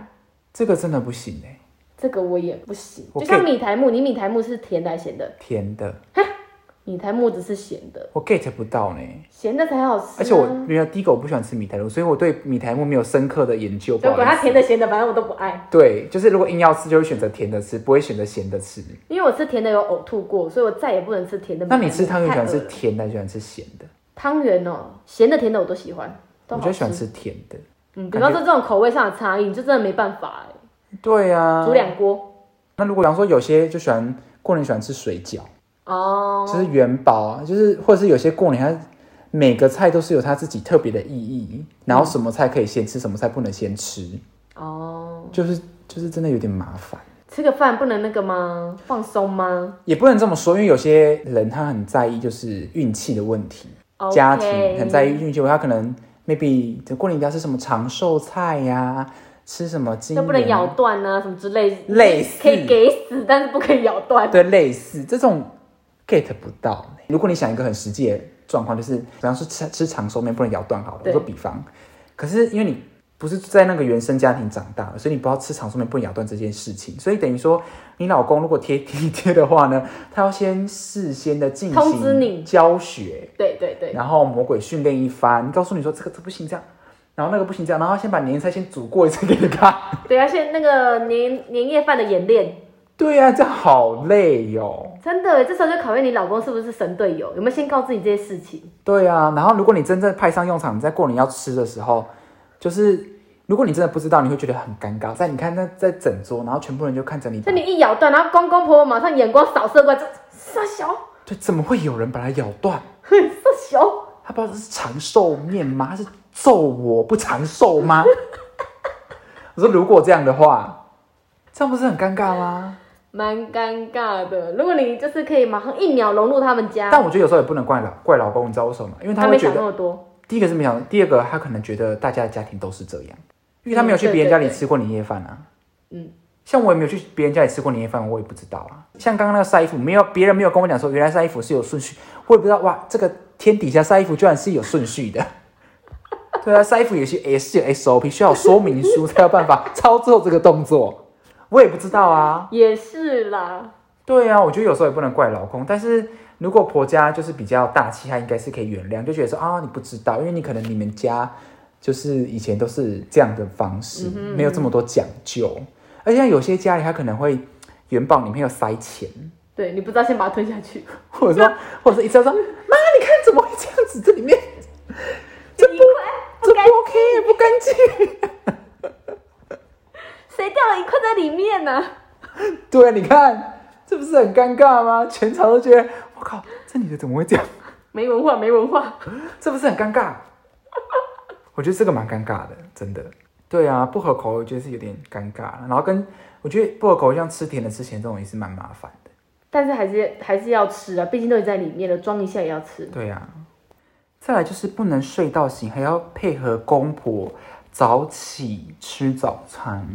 [SPEAKER 2] 这个真的不行哎，
[SPEAKER 1] 这个我也不行，
[SPEAKER 2] 我
[SPEAKER 1] 就
[SPEAKER 2] 可
[SPEAKER 1] 像
[SPEAKER 2] 以
[SPEAKER 1] 米苔木，你米苔木是甜的还是咸的？
[SPEAKER 2] 甜的
[SPEAKER 1] 米苔木只是咸的，
[SPEAKER 2] 我 get 不到呢。
[SPEAKER 1] 咸的才好吃啊、
[SPEAKER 2] 而且我原来第一个我不喜欢吃米苔露，所以我对米苔木没有深刻的研究。不
[SPEAKER 1] 就
[SPEAKER 2] 好
[SPEAKER 1] 管
[SPEAKER 2] 意
[SPEAKER 1] 它
[SPEAKER 2] 思
[SPEAKER 1] 甜的咸的，反正我都不爱，
[SPEAKER 2] 对，就是如果硬要吃，就会选择甜的吃，不会选择咸的吃。
[SPEAKER 1] 因为我吃甜的有呕吐过，所以我再也不能吃甜的米苔
[SPEAKER 2] 那
[SPEAKER 1] 木。
[SPEAKER 2] 你吃汤圆喜欢吃
[SPEAKER 1] 太恶了
[SPEAKER 2] 甜的，还是喜欢吃咸的？
[SPEAKER 1] 汤圆哦，咸的甜的我都喜欢，都
[SPEAKER 2] 我
[SPEAKER 1] 好
[SPEAKER 2] 就喜欢。吃甜的。
[SPEAKER 1] 嗯，比方说这种口味上的差异，你就真的没办法哎、
[SPEAKER 2] 对啊
[SPEAKER 1] 煮，两锅
[SPEAKER 2] 那如果比方说有些就喜欢过年喜欢吃水饺，
[SPEAKER 1] 哦，
[SPEAKER 2] 就是元宝啊，就是或者是有些过年它每个菜都是有它自己特别的意义，然后什么菜可以先吃，什么菜不能先吃，
[SPEAKER 1] 哦，
[SPEAKER 2] 就是就是真的有点麻烦。
[SPEAKER 1] 吃个饭不能那个吗？放松吗？
[SPEAKER 2] 也不能这么说，因为有些人他很在意就是运气的问题
[SPEAKER 1] OK
[SPEAKER 2] 家庭很在意运气，他可能 maybe 就过年一定要吃什么长寿菜呀、吃什么金
[SPEAKER 1] 就不能
[SPEAKER 2] 元
[SPEAKER 1] 咬断啊，什么之类的，
[SPEAKER 2] 类似
[SPEAKER 1] 可以给死，但是不可以咬断。
[SPEAKER 2] 对，类似这种 get 不到。如果你想一个很实际的状况，就是比方说吃吃长寿面不能咬断好了，我
[SPEAKER 1] 对
[SPEAKER 2] 说比方，可是因为你不是在那个原生家庭长大的，所以你不知道吃长寿面不能咬断这件事情，所以等于说你老公如果贴贴贴的话呢，他要先事先的进
[SPEAKER 1] 通知
[SPEAKER 2] 行
[SPEAKER 1] 你
[SPEAKER 2] 教学，
[SPEAKER 1] 对对对，
[SPEAKER 2] 然后魔鬼训练一番，告诉你说这个这不行这样。然后那个不行，这样，然后先把年菜先煮过一次给你看。
[SPEAKER 1] 对，而且那个年年夜饭的演练，
[SPEAKER 2] 对呀、啊，这样好累哦哟、
[SPEAKER 1] 真的耶，这时候就考验你老公是不是神队友，有没有先告知你这些事情？
[SPEAKER 2] 对啊，然后如果你真正派上用场，你在过年要吃的时候，就是如果你真的不知道，你会觉得很尴尬。在你看那在整桌，然后全部人就看着你，
[SPEAKER 1] 就你一咬断，然后公公婆婆马上眼光扫射过来，就傻小，
[SPEAKER 2] 对，怎么会有人把它咬断？
[SPEAKER 1] 哼，傻小，
[SPEAKER 2] 他不知道这是长寿面吗？他是咒我不长寿吗？ 我说如果这样的话，这样不是很尴尬吗？
[SPEAKER 1] 蛮尴尬的。如果你就是可以马上一秒融入他们家，
[SPEAKER 2] 但我觉得有时候也不能怪老怪老公，你知道为什么吗？因为他
[SPEAKER 1] 他
[SPEAKER 2] 会
[SPEAKER 1] 没
[SPEAKER 2] 觉
[SPEAKER 1] 想那
[SPEAKER 2] 得，
[SPEAKER 1] 么多，
[SPEAKER 2] 第一个是没想，第二个他可能觉得大家的家庭都是这样，因为他没有去别人家里吃过年夜饭啊。
[SPEAKER 1] 嗯，
[SPEAKER 2] 像我也没有去别人家里吃过年夜饭，我也不知道啊。像刚刚那个晒衣服，没有别人没有跟我讲说，原来晒衣服是有顺序，我也不知道哇，这个天底下晒衣服居然是有顺序的。对啊，晒衣服有些也是有 SOP，需要有说明书才有办法操作这个动作，我也不知道啊。
[SPEAKER 1] 也是啦。
[SPEAKER 2] 对啊，我觉得有时候也不能怪老公，但是如果婆家就是比较大气，她应该是可以原谅，就觉得说啊，你不知道，因为你可能你们家就是以前都是这样的方式，没有这么多讲究，而且有些家里他可能会元宝里面有塞钱，
[SPEAKER 1] 对你不知道先把它吞下去，
[SPEAKER 2] 或者说或者是一直要说妈，你看怎么会这样子，这里面
[SPEAKER 1] 这一块
[SPEAKER 2] 这不 OK，不干净。
[SPEAKER 1] 谁掉了一块在里面呢、
[SPEAKER 2] 对，你看这不是很尴尬吗？全场都觉得我靠，这女的怎么会这样？
[SPEAKER 1] 没文化，没文化。
[SPEAKER 2] 这不是很尴尬？我觉得这个蛮尴尬的，真的。对啊，不合口味我觉得是有点尴尬，然后跟我觉得不合口味像吃甜的、吃咸这种也是蛮麻烦的。
[SPEAKER 1] 但是还是还是要吃啊，毕竟都已经在里面了，装一下也要吃。
[SPEAKER 2] 对啊，再来就是不能睡到醒，还要配合公婆早起吃早餐。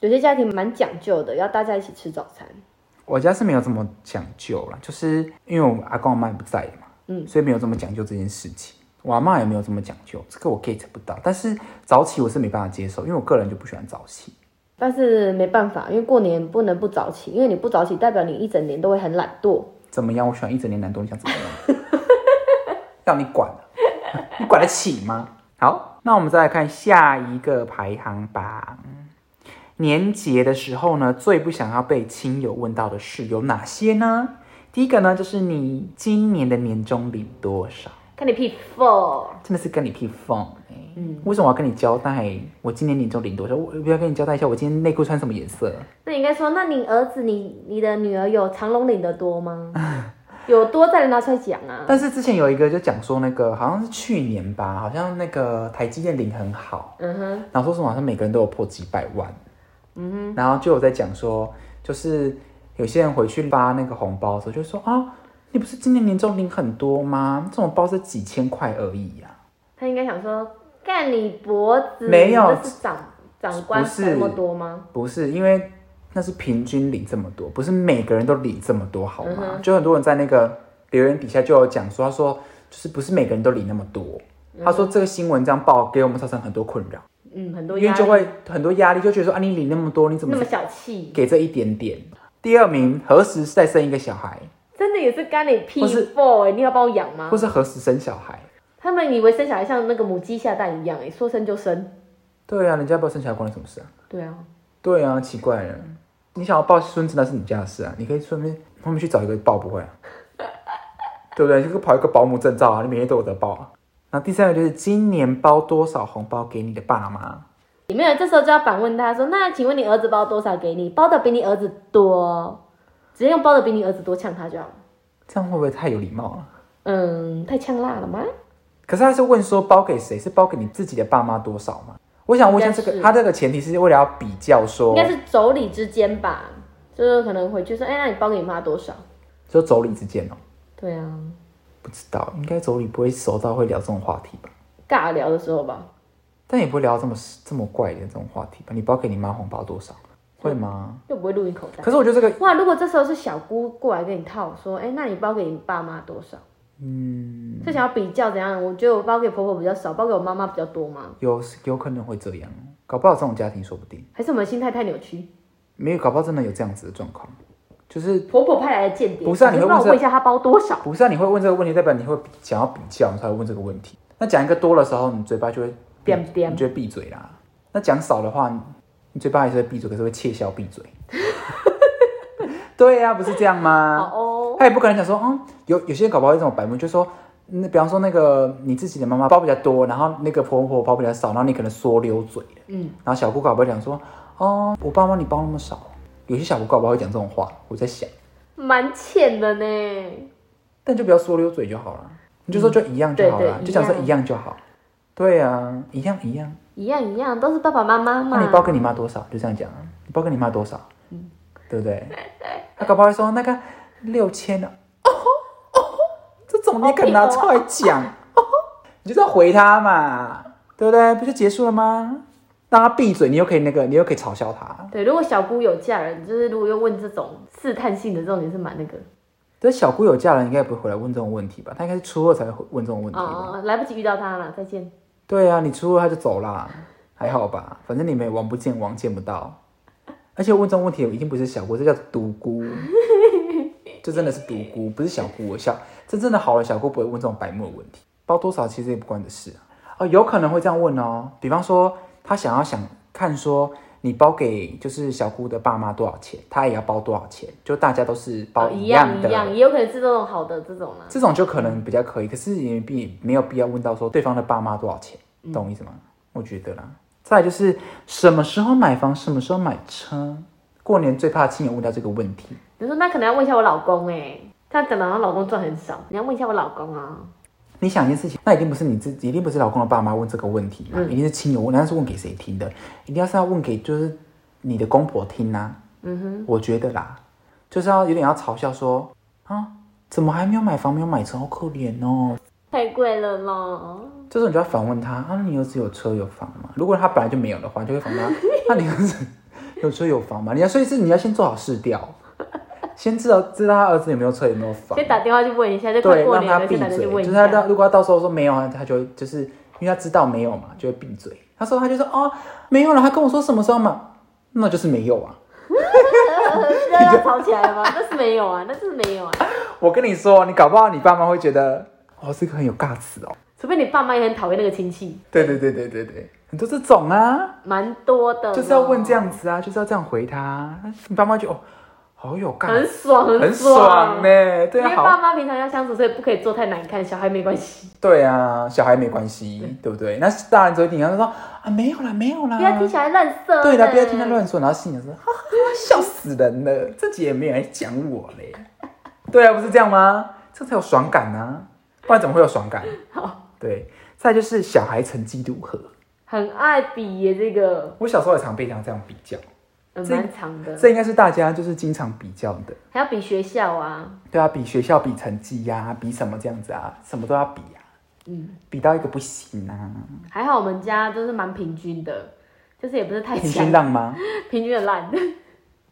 [SPEAKER 1] 有些家庭蛮讲究的，要大家一起吃早餐。
[SPEAKER 2] 我家是没有这么讲究啦，就是因为我阿公阿妈也不在嘛，
[SPEAKER 1] 嗯
[SPEAKER 2] 所以没有这么讲究这件事情。我阿妈也没有这么讲究，这个我 get 不到。但是早起我是没办法接受，因为我个人就不喜欢早起。
[SPEAKER 1] 但是没办法，因为过年不能不早起，因为你不早起，代表你一整年都会很懒惰。
[SPEAKER 2] 怎么样？我喜欢一整年男多，你想怎么样？ 要你管啊？ 你管得起吗？好，那我们再来看下一个排行榜，年节的时候呢，最不想要被亲友问到的事有哪些呢？第一个呢，就是你今年的年终领多少，
[SPEAKER 1] 看你屁缝。
[SPEAKER 2] 真的是跟你屁缝、欸。嗯，为什么我要跟你交代我今年年终领多少？我要不要跟你交代一下我今天内裤穿什么颜色？
[SPEAKER 1] 那你应该说，那你儿子、你你的女儿有长龙领的多 吗？有多再拿出来讲啊。
[SPEAKER 2] 但是之前有一个就讲说那个好像是去年吧，好像那个台积电领很好，
[SPEAKER 1] 嗯哼，
[SPEAKER 2] 然后说什么好像每个人都有破几百万，嗯哼，然后就有在讲说，就是有些人回去发那个红包的时候，就说啊，你不是今年年终领很多吗？这种包是几千块而已啊呀、
[SPEAKER 1] 他应该想说，干你脖子，
[SPEAKER 2] 没有
[SPEAKER 1] 那是长长官
[SPEAKER 2] 不是
[SPEAKER 1] 才那么多吗？
[SPEAKER 2] 不是因为那是平均领这么多，不是每个人都领这么多好吗？就很多人在那个留言底下就有讲说，他说就是不是每个人都领那么多，他说这个新闻这样报给我们造成很多困扰，
[SPEAKER 1] 嗯，很多
[SPEAKER 2] 因
[SPEAKER 1] 压力，
[SPEAKER 2] 为就会很多压力，就觉得说啊你领那么多，你怎
[SPEAKER 1] 那
[SPEAKER 2] 么
[SPEAKER 1] 么小气，
[SPEAKER 2] 给这一点点？第二名何时再生一个小孩，
[SPEAKER 1] 真的也是干你屁
[SPEAKER 2] 不是
[SPEAKER 1] 缝哎、你要帮我养吗
[SPEAKER 2] 或？是何时生小孩？
[SPEAKER 1] 他们以为生小孩像那个母鸡下蛋一样哎、说生就生。
[SPEAKER 2] 对啊，人家不要生小孩关你什么事啊？
[SPEAKER 1] 对啊，
[SPEAKER 2] 对啊，奇怪了，你想要抱孙子那是你家的事啊，你可以顺便后面去找一个抱不会啊， 对不对？你就跑一个保姆证照啊，你每天都有得抱啊。那第三个就是今年包多少红包给你的爸妈？
[SPEAKER 1] 里面人这时候就要反问他说，那请问你儿子包多少给你？包的比你儿子多，直接用包的比你儿子多呛他就好了。
[SPEAKER 2] 这样会不会太有礼貌啊了？
[SPEAKER 1] 嗯，太呛辣了吗？
[SPEAKER 2] 可是他是问说包给谁？是包给你自己的爸妈多少吗？我想问一下这
[SPEAKER 1] 应该
[SPEAKER 2] 个，
[SPEAKER 1] 是
[SPEAKER 2] 他这个前提是为了要比较说
[SPEAKER 1] 应，该是妯娌之间吧，就是可能回去说，哎、那你包给你妈多少？
[SPEAKER 2] 就妯娌之间哦，
[SPEAKER 1] 对啊，
[SPEAKER 2] 不知道，应该妯娌不会熟到会聊这种话题吧？
[SPEAKER 1] 尬聊的时候吧，
[SPEAKER 2] 但也不会聊到这么这么怪的这种话题吧？你包给你妈红包多少？会吗？
[SPEAKER 1] 又不会录你口袋。
[SPEAKER 2] 可是我觉得这个
[SPEAKER 1] 哇，如果这时候是小姑过来跟你套说，哎、那你包给你爸妈多少？嗯，是想要比较怎样？我觉得我包给婆婆比较少，包给我妈妈比较多吗？
[SPEAKER 2] 有有可能会这样，哦搞不好这种家庭说不定
[SPEAKER 1] 还是我们心态太扭曲？
[SPEAKER 2] 没有，搞不好真的有这样子的状况，就是
[SPEAKER 1] 婆婆派来的间谍，
[SPEAKER 2] 不是啊
[SPEAKER 1] 你
[SPEAKER 2] 你会
[SPEAKER 1] 帮我
[SPEAKER 2] 问
[SPEAKER 1] 问一下她包多少？
[SPEAKER 2] 不是啊？你会问这个问题，代表你会想要比较，你才会问这个问题。那讲一个多的时候，你嘴巴就会
[SPEAKER 1] 点点
[SPEAKER 2] 你就会闭嘴啦。那讲少的话，你嘴巴还是会闭嘴，可是会窃笑闭嘴。 对啊呀、不是这样吗？
[SPEAKER 1] 好哦，
[SPEAKER 2] 他也不可能想说，嗯，有有些人搞不好这种白目，就说，那比方说那个你自己的妈妈包比较多，然后那个婆婆包比较少，然后你可能说溜嘴了，
[SPEAKER 1] 嗯，
[SPEAKER 2] 然后小姑搞不好讲说，哦，我爸妈你包那么少，有些小姑搞不好会讲这种话，我在想，
[SPEAKER 1] 蛮欠的呢。
[SPEAKER 2] 但就不要说溜嘴就好了，你就说就一样就好了，
[SPEAKER 1] 嗯对对
[SPEAKER 2] 就讲说
[SPEAKER 1] 一样
[SPEAKER 2] 一样就好，对啊，一样一样，
[SPEAKER 1] 一样一样，都是爸爸妈妈
[SPEAKER 2] 那
[SPEAKER 1] 嘛。
[SPEAKER 2] 你包给你妈多少？就这样讲啊，你包给你妈多少？对不嗯对？他搞不好会说那个六千啊，哦吼哦吼，这种你敢拿出来讲？哦吼你就是要回他嘛，对不对？不就结束了吗？让他闭嘴，你又可以那个，你又可以嘲笑他。
[SPEAKER 1] 对，如果小姑有嫁人，就是如果又问这种试探性的这种，也是蛮那个
[SPEAKER 2] 但是小姑有嫁人，应该也不会回来问这种问题吧？她应该是初二才会问这种问题吧？
[SPEAKER 1] 哦，来不及遇到她了，再见。
[SPEAKER 2] 对啊，你初二他就走啦，还好吧？反正你们也王不见王，见不到。而且问这种问题已经不是小姑，这叫独孤， 这真的是独孤，不是小姑。小真正的好了，小姑不会问这种白目的问题，包多少其实也不关你的事啊。哦，有可能会这样问哦，比方说他想要想看说你包给就是小姑的爸妈多少钱，他也要包多少钱，就大家都是包
[SPEAKER 1] 哦一
[SPEAKER 2] 样
[SPEAKER 1] 样
[SPEAKER 2] 的。
[SPEAKER 1] 一样，也有可能是这种好的这种啦。
[SPEAKER 2] 这种就可能比较可以，可是也必没有必要问到说对方的爸妈多少钱，懂我意思吗？我觉得啦。再来就是什么时候买房，什么时候买车，过年最怕亲友问到这个问题。
[SPEAKER 1] 比如说，那可能要问一下我老公哎、他讲的好像老公赚很少，你要问一下我老公啊。
[SPEAKER 2] 你想一件事情，那一定不是你自己，一定不是老公的爸妈问这个问题嘛，一定是亲友问，那是问给谁听的？一定要是要问给就是你的公婆听啊。嗯哼，我觉得啦，就是要有点要嘲笑说啊，怎么还没有买房，没有买车，好可怜哦，
[SPEAKER 1] 太贵了啦！
[SPEAKER 2] 这时候你就要反问他啊，你儿子有车有房吗？如果他本来就没有的话，你就会反问他， 那你儿子有车有房吗？你要所以是你要先做好试调， 先知道知道他儿子有没有车有没有房，
[SPEAKER 1] 先打电话去问一下，就快
[SPEAKER 2] 对，
[SPEAKER 1] 过
[SPEAKER 2] 让
[SPEAKER 1] 年
[SPEAKER 2] 他
[SPEAKER 1] 了，
[SPEAKER 2] 闭
[SPEAKER 1] 先打电话
[SPEAKER 2] 嘴
[SPEAKER 1] 去，问
[SPEAKER 2] 就
[SPEAKER 1] 一
[SPEAKER 2] 是他
[SPEAKER 1] 下。
[SPEAKER 2] 到如果他到时候说没有啊，他就会就是因为他知道没有嘛，就会闭嘴。他说他就说哦没有了，他跟我说什么时候嘛，那就是没有啊。
[SPEAKER 1] 这 要吵起来了吗？ 那是没有啊，那是没有啊。
[SPEAKER 2] 我跟你说，你搞不好你爸妈会觉得哦这个很有尬词哦。
[SPEAKER 1] 除非你爸妈也很讨厌那个亲戚，
[SPEAKER 2] 对对对对对对，很多这种啊，
[SPEAKER 1] 蛮多的，
[SPEAKER 2] 就是要问这，样子啊，就是要这样回他啊。那你爸妈就哦，好有干，
[SPEAKER 1] 很爽，
[SPEAKER 2] 很
[SPEAKER 1] 爽
[SPEAKER 2] 爽呢、对
[SPEAKER 1] 因为
[SPEAKER 2] 啊，
[SPEAKER 1] 爸
[SPEAKER 2] 好，
[SPEAKER 1] 妈平常要相处，所以不可以做太难看，小孩没关系，
[SPEAKER 2] 对啊，小孩没关系，对不对？那大人只会听，他就说啊，没有啦，没有啦，
[SPEAKER 1] 不要听小孩乱说。
[SPEAKER 2] 对啦，不要听他。乱说，然后心里说，哈哈，笑死人了，自己也没有人讲我嘞。对啊，不是这样吗？这才有爽感啊，不然怎么会有爽感？
[SPEAKER 1] 好，
[SPEAKER 2] 对，再来就是小孩成绩如何，
[SPEAKER 1] 很爱比耶，这个
[SPEAKER 2] 我小时候也常被这样这样比较，
[SPEAKER 1] 呃
[SPEAKER 2] 这
[SPEAKER 1] 蛮长的，
[SPEAKER 2] 这应该是大家就是经常比较的。
[SPEAKER 1] 还要比学校啊，
[SPEAKER 2] 对啊，比学校、比成绩呀、比什么这样子啊，什么都要比呀、
[SPEAKER 1] 嗯，
[SPEAKER 2] 比到一个不行啊，
[SPEAKER 1] 还好我们家都是蛮平均的，就是也不是太
[SPEAKER 2] 平
[SPEAKER 1] 强
[SPEAKER 2] 均，浪吗？
[SPEAKER 1] 平均的 烂，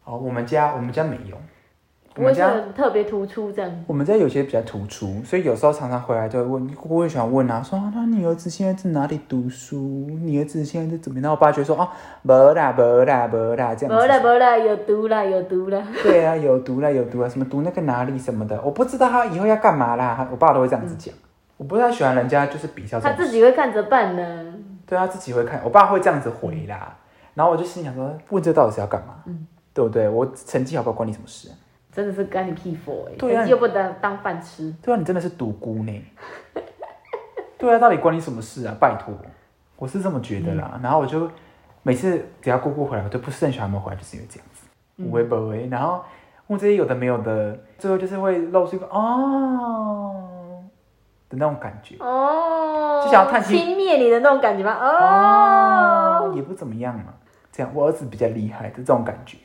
[SPEAKER 2] 哦，我们家我们家没有，我
[SPEAKER 1] 不会
[SPEAKER 2] 们
[SPEAKER 1] 是
[SPEAKER 2] 家
[SPEAKER 1] 很特别突出这样。
[SPEAKER 2] 我们家有些比较突出，所以有时候常常回来就会问，我也喜欢问啊，说啊那你儿子现在在哪里读书？你儿子现在在怎么样？然后我爸就会说哦，没啦没啦没啦这
[SPEAKER 1] 不
[SPEAKER 2] 样
[SPEAKER 1] 啦
[SPEAKER 2] 子。
[SPEAKER 1] 不啦，有毒啦有毒 啦，
[SPEAKER 2] 对啊，有读啦有读啦，什么读那个哪里什么的，我不知道他以后要干嘛啦，我爸都会这样子讲。我不太喜欢人家就是比较这
[SPEAKER 1] 嗯他
[SPEAKER 2] 种
[SPEAKER 1] 自己会看着办呢。
[SPEAKER 2] 对啊，自己会看，我爸会这样子回啦。然后我就心想说，问这到底是要干嘛？对不对？我成绩好不好关你什么事啊？
[SPEAKER 1] 真的是干你屁佛哎、
[SPEAKER 2] 对啊
[SPEAKER 1] 成绩又不当当饭吃，
[SPEAKER 2] 对啊，你真的是独孤呢。 对啊，到底关你什么事啊？拜托，我是这么觉得啦。然后我就每次只要姑姑回来，我就不是很喜欢他们回来，就是因为这样子，无微不微。然后问这些有的没有的，最后就是会露出一个哦的那种感觉。
[SPEAKER 1] 哦，
[SPEAKER 2] 就想要探亲
[SPEAKER 1] 轻蔑你的那种感觉吗？
[SPEAKER 2] 哦
[SPEAKER 1] 哦，，
[SPEAKER 2] 也不怎么样嘛。这样，我儿子比较厉害的这种感觉。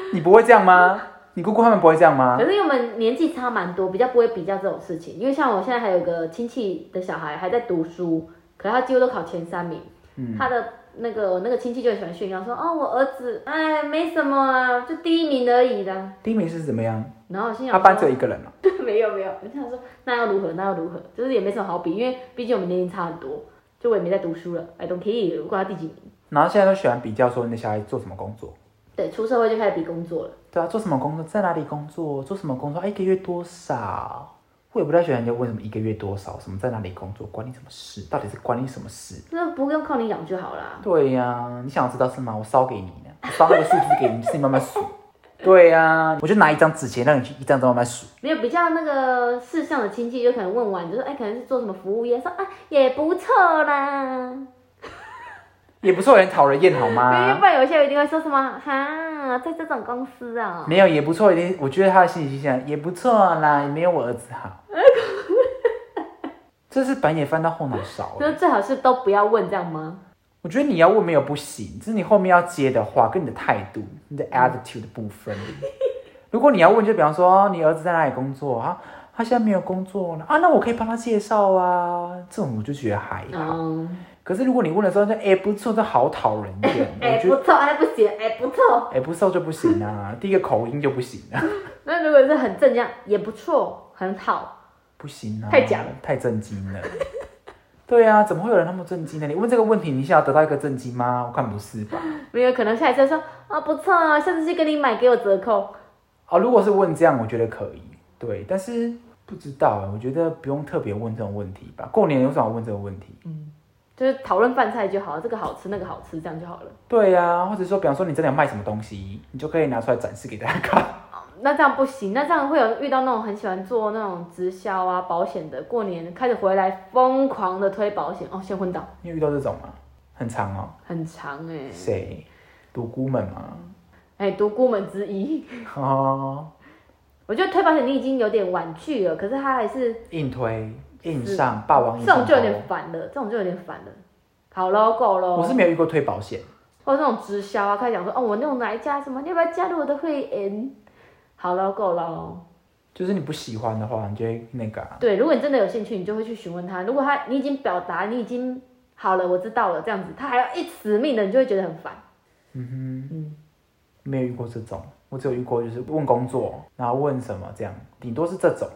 [SPEAKER 2] 你不会这样吗？你姑姑他们不会这样吗
[SPEAKER 1] 可？是因为我们年纪差蛮多，比较不会比较这种事情。因为像我现在还有个亲戚的小孩还在读书，可是他几乎都考前三名。
[SPEAKER 2] 嗯
[SPEAKER 1] 他的那个我那个亲戚就很喜欢炫耀说：“哦，我儿子哎没什么啊，就第一名而已啦。
[SPEAKER 2] 第一名是怎么样？”
[SPEAKER 1] 然后我心
[SPEAKER 2] 他
[SPEAKER 1] 想
[SPEAKER 2] 班只有
[SPEAKER 1] 说
[SPEAKER 2] 一个人哦、：“
[SPEAKER 1] 没有没有。”我就想说：“那要如何？那要如何？就是也没什么好比，因为毕竟我们年龄差很多，就我也没在读书了。I don't care，我管他第几名。
[SPEAKER 2] 然后现在都喜欢比较说你的小孩做什么工作。
[SPEAKER 1] 对，出社会就开始比工作了。
[SPEAKER 2] 对啊，做什么工作，在哪里工作，做什么工作，啊、一个月多少？我也不太喜欢人家问什么一个月多少，什么在哪里工作，关你什么事？到底是关你什么事？
[SPEAKER 1] 那不用靠你养就好啦。
[SPEAKER 2] 对呀、你想知道是吗？我烧给你呢，我烧那个数字给你，自己慢慢数。 对呀、我就拿一张纸钱让你去一张张慢慢数。
[SPEAKER 1] 没有比较那个事项的亲戚，就可能问完，就说哎，可能是做什么服务业，说啊也不错啦。
[SPEAKER 2] 也不错，有点讨人厌好
[SPEAKER 1] 因为
[SPEAKER 2] 吗
[SPEAKER 1] 不？然有些人一定会说什么哈，在这种公司啊、
[SPEAKER 2] 没有，也不错，有点。我觉得他的心理形象也不错啦，也没有我儿子好。这是白眼翻到后脑勺
[SPEAKER 1] 就是
[SPEAKER 2] 了。
[SPEAKER 1] 最好是都不要问这样吗？
[SPEAKER 2] 我觉得你要问没有不行，只是你后面要接的话，跟你的态度、
[SPEAKER 1] 嗯
[SPEAKER 2] 你的 attitude 的部分。如果你要问，就比方说你儿子在哪里工作啊？他现在没有工作呢啊，那我可以帮他介绍啊。这种我就觉得还好。
[SPEAKER 1] 嗯，
[SPEAKER 2] 可是如果你问的时候，就哎、不错，这好讨人厌。
[SPEAKER 1] 哎、
[SPEAKER 2] 我觉
[SPEAKER 1] 不
[SPEAKER 2] 得
[SPEAKER 1] 错，哎不行，哎、不错。
[SPEAKER 2] 哎、不错就不行啊， 第一个口音就不行啊。
[SPEAKER 1] 那如果是很正向，也不错，很好。
[SPEAKER 2] 不行啊，
[SPEAKER 1] 太假了
[SPEAKER 2] 太震惊了。对啊，怎么会有人那么震惊呢？你问这个问题，你想要得到一个震惊吗？我看不是吧。
[SPEAKER 1] 没有可能下一次说啊不错啊，下次去给你买给我折扣。
[SPEAKER 2] 哦，如果是问这样，我觉得可以。对，但是不知道，欸我觉得不用特别问这种问题吧。过年有什么好问这个问题？
[SPEAKER 1] 就是讨论饭菜就好，这个好吃那个好吃，这样就好了。
[SPEAKER 2] 对啊，或者说，比方说你真的要卖什么东西，你就可以拿出来展示给大家看。
[SPEAKER 1] 那这样不行，那这样会有遇到那种很喜欢做那种直销啊、保险的，过年开始回来疯狂的推保险哦，先昏倒，
[SPEAKER 2] 你有遇到这种吗？很长哦。
[SPEAKER 1] 很长哎、欸，
[SPEAKER 2] 谁？独孤们吗？
[SPEAKER 1] 哎、独孤门之一，
[SPEAKER 2] 哦，
[SPEAKER 1] 我觉得推保险你已经有点婉拒了，可是他还是
[SPEAKER 2] 硬推硬上，霸王硬
[SPEAKER 1] 这
[SPEAKER 2] 上
[SPEAKER 1] 种就有
[SPEAKER 2] 头
[SPEAKER 1] 点。烦了，这种就有点烦了，好喽，够喽，
[SPEAKER 2] 我是没有遇过推保险。
[SPEAKER 1] 或者这种直销啊，开始讲说哦，我弄哪一家什么，你要不要加入我的会员？好喽，够喽。
[SPEAKER 2] 就是你不喜欢的话，你就会那个、啊。
[SPEAKER 1] 对，如果你真的有兴趣，你就会去询问他。如果他你已经表达，你已经好了，我知道了这样子，他还要一死命的，你就会觉得很烦。
[SPEAKER 2] 嗯
[SPEAKER 1] 嗯
[SPEAKER 2] 没有遇过这种，我只有遇过就是问工作，然后问什么这样，顶多是这种。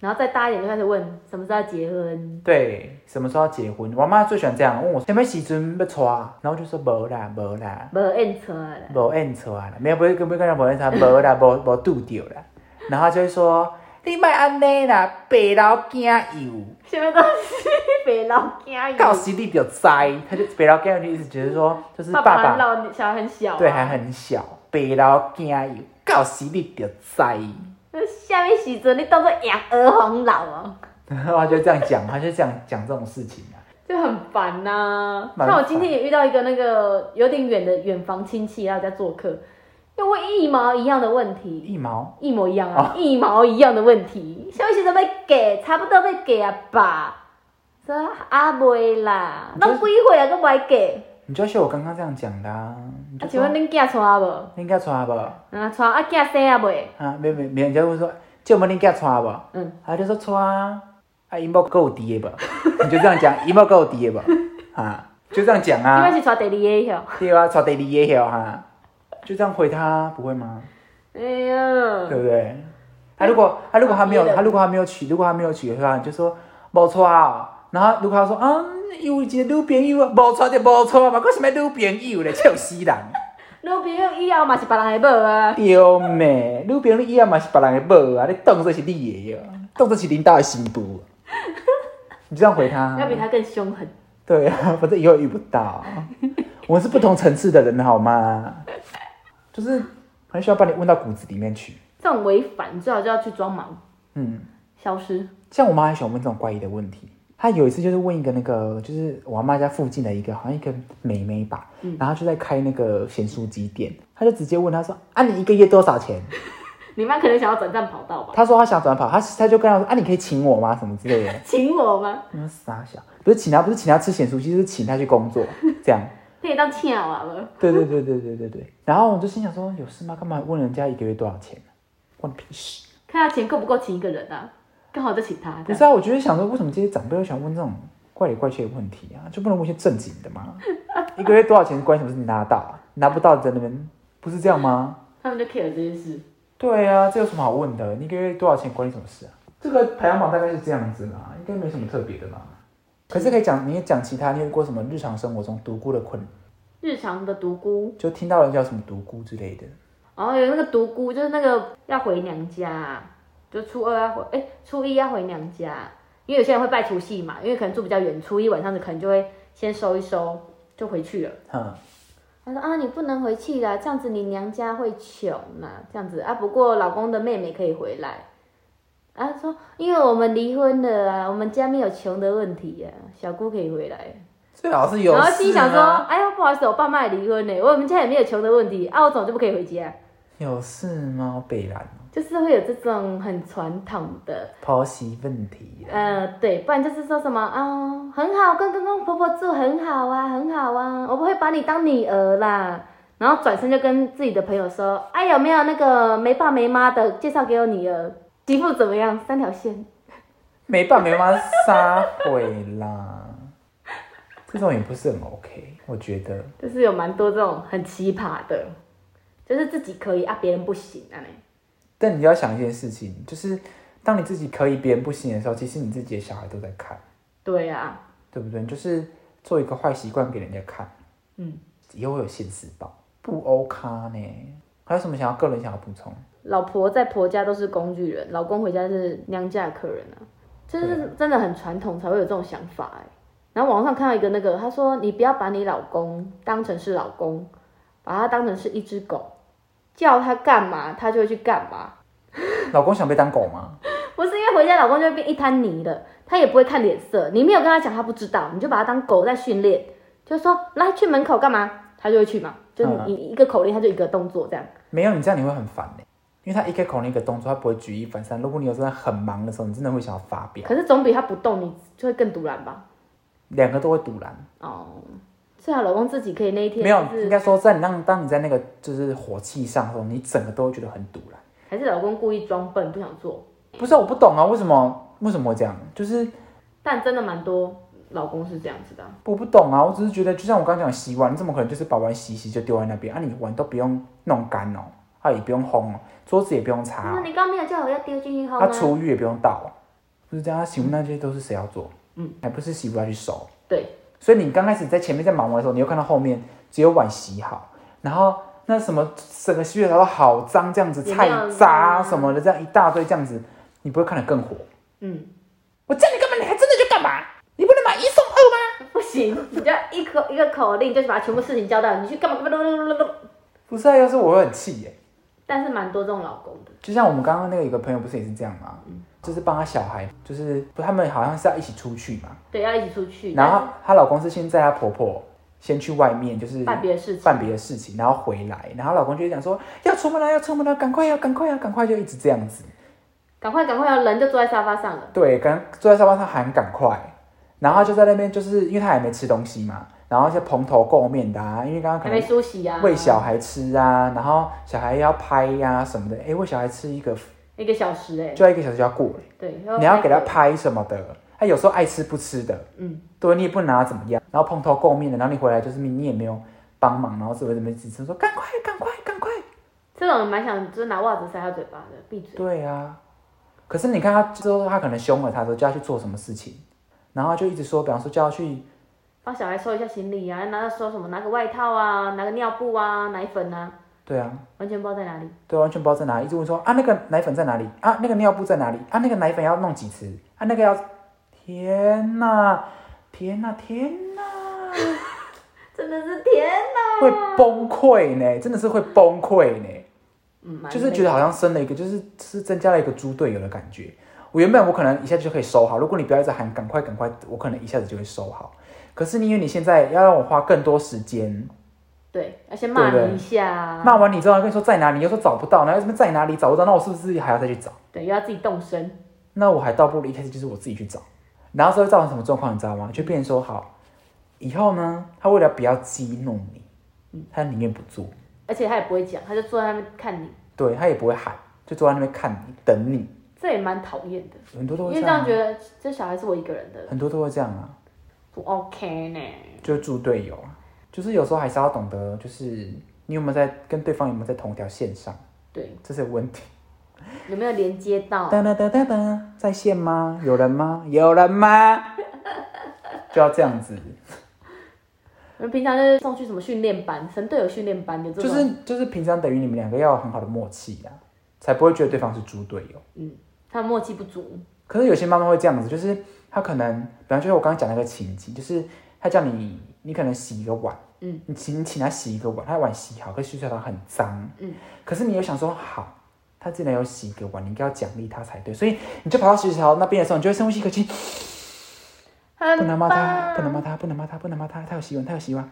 [SPEAKER 1] 然后再大一点就开始问什么时候要结婚，
[SPEAKER 2] 对，什么时候要结婚？我妈最喜欢这样问我，哎什么时阵要娶啊？然后就说无啦，无啦，
[SPEAKER 1] 没有啊 N 车了。
[SPEAKER 2] 无缘娶啦，没有不会跟不会跟人无缘娶，无啦，无无拄着啦。然后她就会说，你莫安尼啦，白老惊油。
[SPEAKER 1] 什么东西？ 别老惊
[SPEAKER 2] 告
[SPEAKER 1] 有。
[SPEAKER 2] 诉你就栽，他就北老干就一直觉得说，就是爸
[SPEAKER 1] 爸
[SPEAKER 2] 爸
[SPEAKER 1] 很老，小孩很小、啊。
[SPEAKER 2] 对还。很小，北老干有告诉你就栽，
[SPEAKER 1] 那下面时阵你当做养儿防老哦、
[SPEAKER 2] 然后他就这样讲，他就这样讲这种事情啊。
[SPEAKER 1] 就很烦呐、
[SPEAKER 2] 蛮烦
[SPEAKER 1] 像我今天也遇到一个那个有点远的远房亲戚来我家做客，要问一毛一样的问题，
[SPEAKER 2] 一毛
[SPEAKER 1] 一模一样
[SPEAKER 2] 哦
[SPEAKER 1] 啊，一毛一样的问题，消息都被给，差不多被给啊吧？说啊未啦，
[SPEAKER 2] 你就
[SPEAKER 1] 拢
[SPEAKER 2] 是
[SPEAKER 1] 几岁啊，都未给？
[SPEAKER 2] 你就学我刚刚这样讲的啊。你
[SPEAKER 1] 啊
[SPEAKER 2] 就，
[SPEAKER 1] 请
[SPEAKER 2] 说
[SPEAKER 1] 问恁囝娶啊无？
[SPEAKER 2] 你该穿不？啊，
[SPEAKER 1] 啊，娶啊囝生啊未？
[SPEAKER 2] 没没没，人家会说，舅妈你该穿不？
[SPEAKER 1] 嗯，
[SPEAKER 2] 他啊就说穿啊，啊，音波够低的吧？你 就这样讲，音波够低的吧？啊，就这样讲
[SPEAKER 1] 你
[SPEAKER 2] 啊
[SPEAKER 1] 们。是娶第二个吼？
[SPEAKER 2] 对啊，穿第二也有哈，啊就这样回他，不会吗？
[SPEAKER 1] 哎呀，
[SPEAKER 2] 对不对？他、如果啊他、如果他没有他、如果他没有娶，如果他没有娶的话，你就说没错啊。然后如果他说啊，有一个女朋友啊，没错就没错嘛，我什么女朋友嘞，笑死人！
[SPEAKER 1] 女朋友以后嘛是别人的某啊。
[SPEAKER 2] 对咩？女朋友以后嘛是别人的某啊，你当做是你的哟，当做是领导的新妇。啊你这样回他
[SPEAKER 1] 要，比他更凶狠。
[SPEAKER 2] 对啊，反正以后遇不到。我们是不同层次的人，好吗？就是很需要把你问到骨子里面去。
[SPEAKER 1] 这种违反，你最好就要去装忙，
[SPEAKER 2] 嗯。
[SPEAKER 1] 消失。
[SPEAKER 2] 像我妈很喜欢问这种怪异的问题。她有一次就是问一个那个，就是我妈家附近的一个，好像一个美眉吧，
[SPEAKER 1] 嗯
[SPEAKER 2] 然后就在开那个咸酥鸡店，她就直接问她说：“啊，你一个月多少钱
[SPEAKER 1] 你妈可能想要转战跑道？”吧？
[SPEAKER 2] 她说她想转跑，她她就跟她说：“啊，你可以请我吗？什么之类的。
[SPEAKER 1] 请我吗？”
[SPEAKER 2] 我说傻小，不是请她，不是请她吃咸酥鸡，就是请她去工作，这样。
[SPEAKER 1] 可以当欠啊了。
[SPEAKER 2] 对对对对对对对。然后我就心想说：“有事吗？干嘛问人家一个月多少钱、啊？关你屁事！”
[SPEAKER 1] 看他钱够不够请一个人啊？刚好再请他。
[SPEAKER 2] 不是啊，我就是想说，为什么这些长辈会想问这种怪里怪气的问题啊？就不能问一些正经的吗？一个月多少钱关什么事？你拿到啊，拿不到在那边，不是这样吗？
[SPEAKER 1] 他们就 care 这件事。
[SPEAKER 2] 对啊，这有什么好问的？你一个月多少钱关你什么事啊？这个排行榜大概是这样子啦，应该没什么特别的啦。可是可以讲，你也讲其他，你有遇过什么日常生活中独孤的困，
[SPEAKER 1] 日常的独孤，
[SPEAKER 2] 就听到人家有什么独孤之类的，
[SPEAKER 1] 然后有那个独孤，就是那个要回娘家，就初二要回，哎、初一要回娘家，因为有些人会拜除夕嘛，因为可能住比较远，初一晚上就可能就会先收一收，就回去了。
[SPEAKER 2] 哼，
[SPEAKER 1] 他说啊，你不能回去啦，这样子你娘家会穷啦，这样子啊。不过老公的妹妹可以回来。啊，她说因为我们离婚了啊，我们家没有穷的问题呀、啊，小姑可以回来。
[SPEAKER 2] 最好是有、
[SPEAKER 1] 然
[SPEAKER 2] 啊。
[SPEAKER 1] 后心想说，哎呀，不好意思，我爸妈也离婚呢、我们家也没有穷的问题啊，我怎么就不可以回家？
[SPEAKER 2] 有事吗？北兰
[SPEAKER 1] 就是会有这种很传统的，
[SPEAKER 2] 婆媳问题啊，
[SPEAKER 1] 呃，对，不然就是说什么啊、很好，跟公公婆婆住很好啊，很好啊，我不会把你当女儿啦。然后转身就跟自己的朋友说，哎、有没有那个没爸没妈的介绍给我女儿？媳妇怎么样？三条线，
[SPEAKER 2] 没爸没妈撒毁啦，这种也不是很 OK，我觉得。
[SPEAKER 1] 就是有蛮多这种很奇葩的，就是自己可以啊，别人不行啊，
[SPEAKER 2] 但你要想一件事情，就是当你自己可以，别人不行的时候，其实你自己的小孩都在看，
[SPEAKER 1] 对啊，
[SPEAKER 2] 对不对？你就是做一个坏习惯给人家看，
[SPEAKER 1] 嗯，
[SPEAKER 2] 以后会有现实报，不 OK 呢？还有什么想要个人想要补充？
[SPEAKER 1] 老婆在婆家都是工具人，老公回家是娘家的客人啊，就是真的很传统才会有这种想法哎、然后网上看到一个那个，他说你不要把你老公当成是老公，把他当成是一只狗，叫他干嘛他就会去干嘛，
[SPEAKER 2] 老公想被当狗吗？
[SPEAKER 1] 不是因为回家老公就会变一滩泥了，他也不会看脸色，你没有跟他讲他不知道，你就把他当狗在训练，就说来去门口干嘛，他就会去嘛，就
[SPEAKER 2] 嗯
[SPEAKER 1] 你一个口令他就一个动作这样。
[SPEAKER 2] 没有，你这样你会很烦呢，因为他一个口令一个动作，他不会举一反三。如果你有时候很忙的时候，你真的会想要发飙，
[SPEAKER 1] 可是总比他不动你就会更独揽吧？
[SPEAKER 2] 两个都会堵拦。
[SPEAKER 1] 哦，最好老公自己可以那一天
[SPEAKER 2] 没有，
[SPEAKER 1] 就
[SPEAKER 2] 应
[SPEAKER 1] 是
[SPEAKER 2] 该说在你让当你在那个就是火气上的时候，你整个都会觉得很堵然。
[SPEAKER 1] 还是老公故意装笨不想做，
[SPEAKER 2] 不是啊我不懂啊，为什么为什么会这样？就是
[SPEAKER 1] 但真的蛮多老公是这样子的啊、
[SPEAKER 2] 我不懂啊，我只是觉得，就像我刚刚讲洗碗，你怎么可能就是把碗洗一洗就丢在那边啊？你碗都不用弄干哦，啊也不用烘哦，桌子也不用擦、
[SPEAKER 1] 那
[SPEAKER 2] 哦，
[SPEAKER 1] 你刚没有叫我要丢进去烘
[SPEAKER 2] 他
[SPEAKER 1] 啊？
[SPEAKER 2] 厨余也不用倒、哦，不是这样，他洗物那些都是谁要做？
[SPEAKER 1] 嗯，
[SPEAKER 2] 还不是媳妇要去收。
[SPEAKER 1] 对，
[SPEAKER 2] 所以你刚开始在前面在忙完的时候，你又看到后面只有碗洗好，然后那什么整个洗手槽都好脏，这样子
[SPEAKER 1] 也没
[SPEAKER 2] 菜
[SPEAKER 1] 有
[SPEAKER 2] 渣
[SPEAKER 1] 脏啊
[SPEAKER 2] 什么的，这样一大堆这样子，你不会看得更火？
[SPEAKER 1] 嗯，
[SPEAKER 2] 我叫你干嘛，你还真的就干嘛？你不能买一送二吗？
[SPEAKER 1] 不行，你就要一口一个口令，就是把全部事情交代，你去干嘛干嘛干嘛干嘛。
[SPEAKER 2] 不是啊，要是我会很气耶、
[SPEAKER 1] 但是蛮多这种老公的，
[SPEAKER 2] 就像我们刚刚那个有个朋友不是也是这样吗？
[SPEAKER 1] 嗯
[SPEAKER 2] 就是帮他小孩，就是不他们好像是要一起出去嘛，
[SPEAKER 1] 对，要一起出去，
[SPEAKER 2] 然后她老公是先载她婆婆先去外面，就是
[SPEAKER 1] 办别的事情
[SPEAKER 2] 办别的事情，然后回来，然后老公就讲说要出门了，要出门了，赶快呀，赶快呀，赶快，就一直这样子。
[SPEAKER 1] 赶快赶快，要人就坐在沙发上了。
[SPEAKER 2] 对，刚坐在沙发上喊赶快，然后她就在那边，就是因为她还没吃东西嘛，然后就蓬头垢面的、啊，因为刚刚可
[SPEAKER 1] 还没
[SPEAKER 2] 能
[SPEAKER 1] 梳洗啊，
[SPEAKER 2] 喂小孩吃啊，然后小孩要拍呀、什么的，哎，喂小孩吃一个
[SPEAKER 1] 一个小时哎、
[SPEAKER 2] 就要一个小时就要过了，
[SPEAKER 1] 哦对，
[SPEAKER 2] 你要给他拍什么的，他有时候爱吃不吃的，
[SPEAKER 1] 嗯，
[SPEAKER 2] 对你也不拿怎么样，然后蓬头垢面的，然后你回来就是你你也没有帮忙，然后怎么怎么只是说赶快赶快赶快，
[SPEAKER 1] 这种人蛮想就是拿袜子塞他嘴巴的，闭嘴。
[SPEAKER 2] 对啊，可是你看他之后他可能凶了他之后叫他去做什么事情，然后他就一直说，比方说叫他去，
[SPEAKER 1] 帮小孩收一下行李啊，拿他收什么？拿个外套啊，拿个尿布啊，奶粉啊，
[SPEAKER 2] 对啊，
[SPEAKER 1] 完全不知道在哪里。
[SPEAKER 2] 对，啊完全不知道在哪里，一直问说啊那个奶粉在哪里啊那个尿布在哪里啊那个奶粉要弄几次啊那个要，天哪天哪天哪，
[SPEAKER 1] 真的是天哪！
[SPEAKER 2] 会崩溃呢，真的是会崩溃呢。
[SPEAKER 1] 嗯，蛮
[SPEAKER 2] 就是觉得好像生了一个，就是是增加了一个猪队友的感觉。我原本我可能一下就可以收好，如果你不要一直喊赶快赶快，我可能一下子就会收好。可是因为你现在要让我花更多时间，
[SPEAKER 1] 对，而且骂
[SPEAKER 2] 对不
[SPEAKER 1] 你
[SPEAKER 2] 对
[SPEAKER 1] 一下啊，
[SPEAKER 2] 骂完你之后还跟你说在哪里，你又说找不到，然后什么在哪里找不到，那我是不是还要再去找？
[SPEAKER 1] 对，又要自己动身，
[SPEAKER 2] 那我还倒不如一开始就是我自己去找，然后这会造成什么状况你知道吗？就变成说好，以后呢，他为了不要激怒
[SPEAKER 1] 嗯
[SPEAKER 2] 你，他宁愿不做，
[SPEAKER 1] 而且他也不会讲，他就坐在那边看你，
[SPEAKER 2] 对他也不会喊，就坐在那边看你等你，
[SPEAKER 1] 这也蛮讨厌的，
[SPEAKER 2] 很多都
[SPEAKER 1] 因
[SPEAKER 2] 会
[SPEAKER 1] 为
[SPEAKER 2] 这
[SPEAKER 1] 这
[SPEAKER 2] 样
[SPEAKER 1] 样
[SPEAKER 2] 啊，
[SPEAKER 1] 觉得这小孩是我一个人的，
[SPEAKER 2] 很多都会这样啊。
[SPEAKER 1] 不 OK 呢。
[SPEAKER 2] 就是住队友啊，就是有时候还是要懂得，就是你有没有在跟对方有没有在同一条线上，
[SPEAKER 1] 对，
[SPEAKER 2] 这是有问题。
[SPEAKER 1] 有没有连接到？
[SPEAKER 2] 哒哒哒哒哒，在线吗？有人吗？有人吗？就要这样子，
[SPEAKER 1] 我们平常就是送去什么训练班，神队友训练班有这
[SPEAKER 2] 就
[SPEAKER 1] 种，
[SPEAKER 2] 是就是平常等于你们两个要有很好的默契啊，才不会觉得对方是猪队友。
[SPEAKER 1] 嗯，他的默契不足，
[SPEAKER 2] 可是有些妈妈会这样子，就是她可能，比方就是我刚刚讲那个情景，就是她叫你，你可能洗一个碗，
[SPEAKER 1] 嗯，
[SPEAKER 2] 你请你请她洗一个碗，她碗洗好，可是洗手台很脏，
[SPEAKER 1] 嗯，
[SPEAKER 2] 可是你又想说好，她既然有洗一个碗，你应该要奖励她才对，所以你就跑到洗手台那边的时候，你就会深呼吸一口气，
[SPEAKER 1] 很
[SPEAKER 2] 不能骂她，
[SPEAKER 1] 棒
[SPEAKER 2] 不能骂她，不能骂她，不能骂她，她有洗碗，她有洗碗，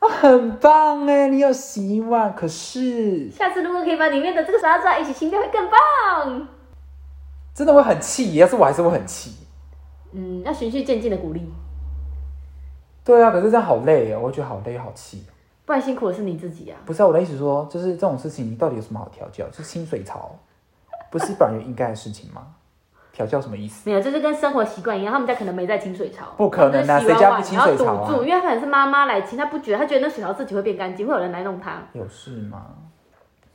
[SPEAKER 2] 啊，很棒哎，你有洗碗，可是
[SPEAKER 1] 下次如果可以把里面的这个啥爪一起清掉，会更棒。
[SPEAKER 2] 真的会很气，要是我还是会很气，
[SPEAKER 1] 嗯，要循序渐进的鼓励，
[SPEAKER 2] 对啊，可是这样好累哦，我觉得好累又好气哦。
[SPEAKER 1] 不然辛苦的是你自己啊。
[SPEAKER 2] 不是、啊、我的意思说，就是这种事情到底有什么好调教？是清水槽，不是本来就应该的事情吗？调教什么意思？
[SPEAKER 1] 没有，就是跟生活习惯一样，他们家可能没在清水槽，
[SPEAKER 2] 不可能啊
[SPEAKER 1] 他们就是洗完碗
[SPEAKER 2] 谁家不清水槽啊
[SPEAKER 1] 然后堵住，因为他可能是妈妈来清，他不觉得，他觉得那水槽自己会变干净，会有人来弄它。
[SPEAKER 2] 有事吗？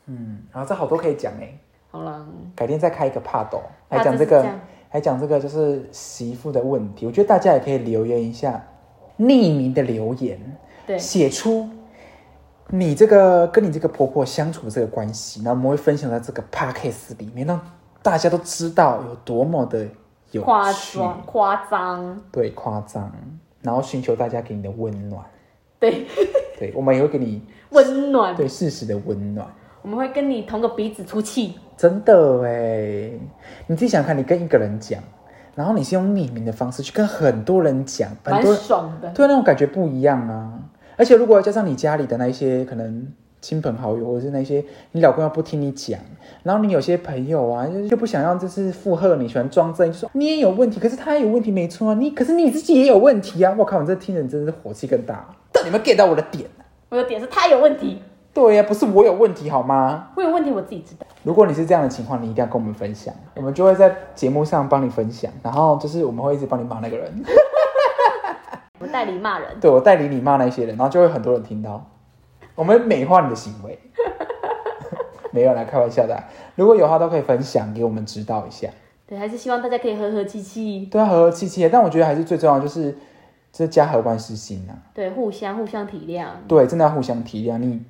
[SPEAKER 2] 嗯，然后这好多可以讲哎、
[SPEAKER 1] 好了，
[SPEAKER 2] 改天再开一个帕斗
[SPEAKER 1] 啊
[SPEAKER 2] 来讲
[SPEAKER 1] 就是
[SPEAKER 2] 这个
[SPEAKER 1] 这样，
[SPEAKER 2] 来讲这个就是媳妇的问题。我觉得大家也可以留言一下，匿名的留言，
[SPEAKER 1] 对，
[SPEAKER 2] 写出你这个跟你这个婆婆相处的这个关系，然后我们会分享在这个 podcast 里面，让大家都知道有多么的有趣。
[SPEAKER 1] 夸张，夸张，
[SPEAKER 2] 对，夸张，然后寻求大家给你的温暖。
[SPEAKER 1] 对，
[SPEAKER 2] 对，我们也会给你
[SPEAKER 1] 温暖，
[SPEAKER 2] 对事实的温暖。
[SPEAKER 1] 我们会跟你同个鼻子出气，
[SPEAKER 2] 真的哎，你自己想想看，你跟一个人讲，然后你是用匿名的方式去跟很多人讲，很
[SPEAKER 1] 蛮
[SPEAKER 2] 多
[SPEAKER 1] 爽的。
[SPEAKER 2] 对那种感觉不一样啊。而且如果加上你家里的那一些可能亲朋好友，或者是那些你老公要不听你讲，然后你有些朋友啊，就是就不想要就是附和你，喜欢装正，就说你也有问题，可是他也有问题，没错啊，你可是你自己也有问题啊！我靠，我这听人真的是火气更大，到底有没有 get 到我的点啊？
[SPEAKER 1] 我的点是他有问题，
[SPEAKER 2] 对呀、啊不是我有问题好吗？
[SPEAKER 1] 我有问题我自己知道。
[SPEAKER 2] 如果你是这样的情况，你一定要跟我们分享，我们就会在节目上帮你分享，然后就是我们会一直帮你骂那个人，
[SPEAKER 1] 我代理骂人，
[SPEAKER 2] 对我代理你骂那些人，然后就会很多人听到，我们美化你的行为， 没有啦，开玩笑的啊。如果有的话，都可以分享给我们指导一下，
[SPEAKER 1] 对，还是希望大家可以和和气气，
[SPEAKER 2] 对啊，和和气气的。但我觉得还是最重要的就是，这家和万事兴啊，
[SPEAKER 1] 对，互相互相体谅，
[SPEAKER 2] 对，真的要互相体谅。你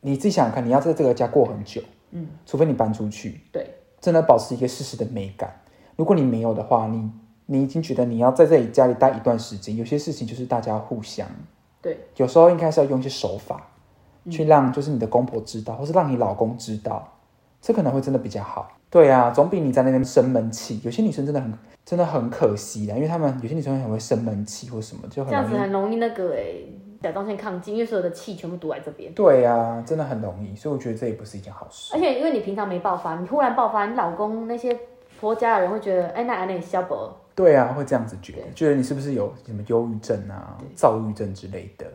[SPEAKER 2] 你自己想想看，你要在这个家过很久，
[SPEAKER 1] 嗯，
[SPEAKER 2] 除非你搬出去，
[SPEAKER 1] 对，
[SPEAKER 2] 真的保持一个适时的美感。如果你没有的话，你你已经觉得你要在这里家里待一段时间，有些事情就是大家互相，
[SPEAKER 1] 对，
[SPEAKER 2] 有时候应该是要用一些手法，
[SPEAKER 1] 嗯
[SPEAKER 2] 去让就是你的公婆知道，或是让你老公知道，这可能会真的比较好。对啊，总比你在那边生闷气。有些女生真的很真的很可惜啊的，因为她们有些女生很会生闷气或什么，就
[SPEAKER 1] 这
[SPEAKER 2] 很
[SPEAKER 1] 样子
[SPEAKER 2] 容易。
[SPEAKER 1] 很容易那个哎、甲状腺亢进，因为所有的气全部堵在这边。
[SPEAKER 2] 对啊，真的很容易，所以我觉得这也不是一件好事。
[SPEAKER 1] 而且因为你平常没爆发，你突然爆发，你老公那些婆家的人会觉得，哎、那安内消薄。
[SPEAKER 2] 对啊，会这样子觉得，觉得你是不是有什么忧郁症啊、躁郁症之类的，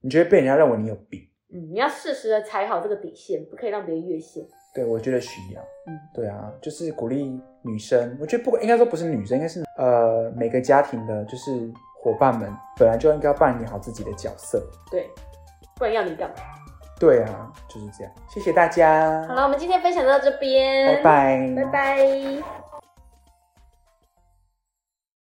[SPEAKER 2] 你觉得被人家认为你有病。
[SPEAKER 1] 嗯，你要适时的踩好这个底线，不可以让别人越线。
[SPEAKER 2] 对，我觉得需要。
[SPEAKER 1] 嗯，
[SPEAKER 2] 对啊，就是鼓励女生。我觉得不管应该说不是女生，应该是呃每个家庭的，就是伙伴们本来就应该扮演好自己的角色。
[SPEAKER 1] 对，不然要你干嘛？
[SPEAKER 2] 对啊，就是这样。谢谢大家，
[SPEAKER 1] 好了，我们今天分享到这边，
[SPEAKER 2] 拜拜，
[SPEAKER 1] 拜拜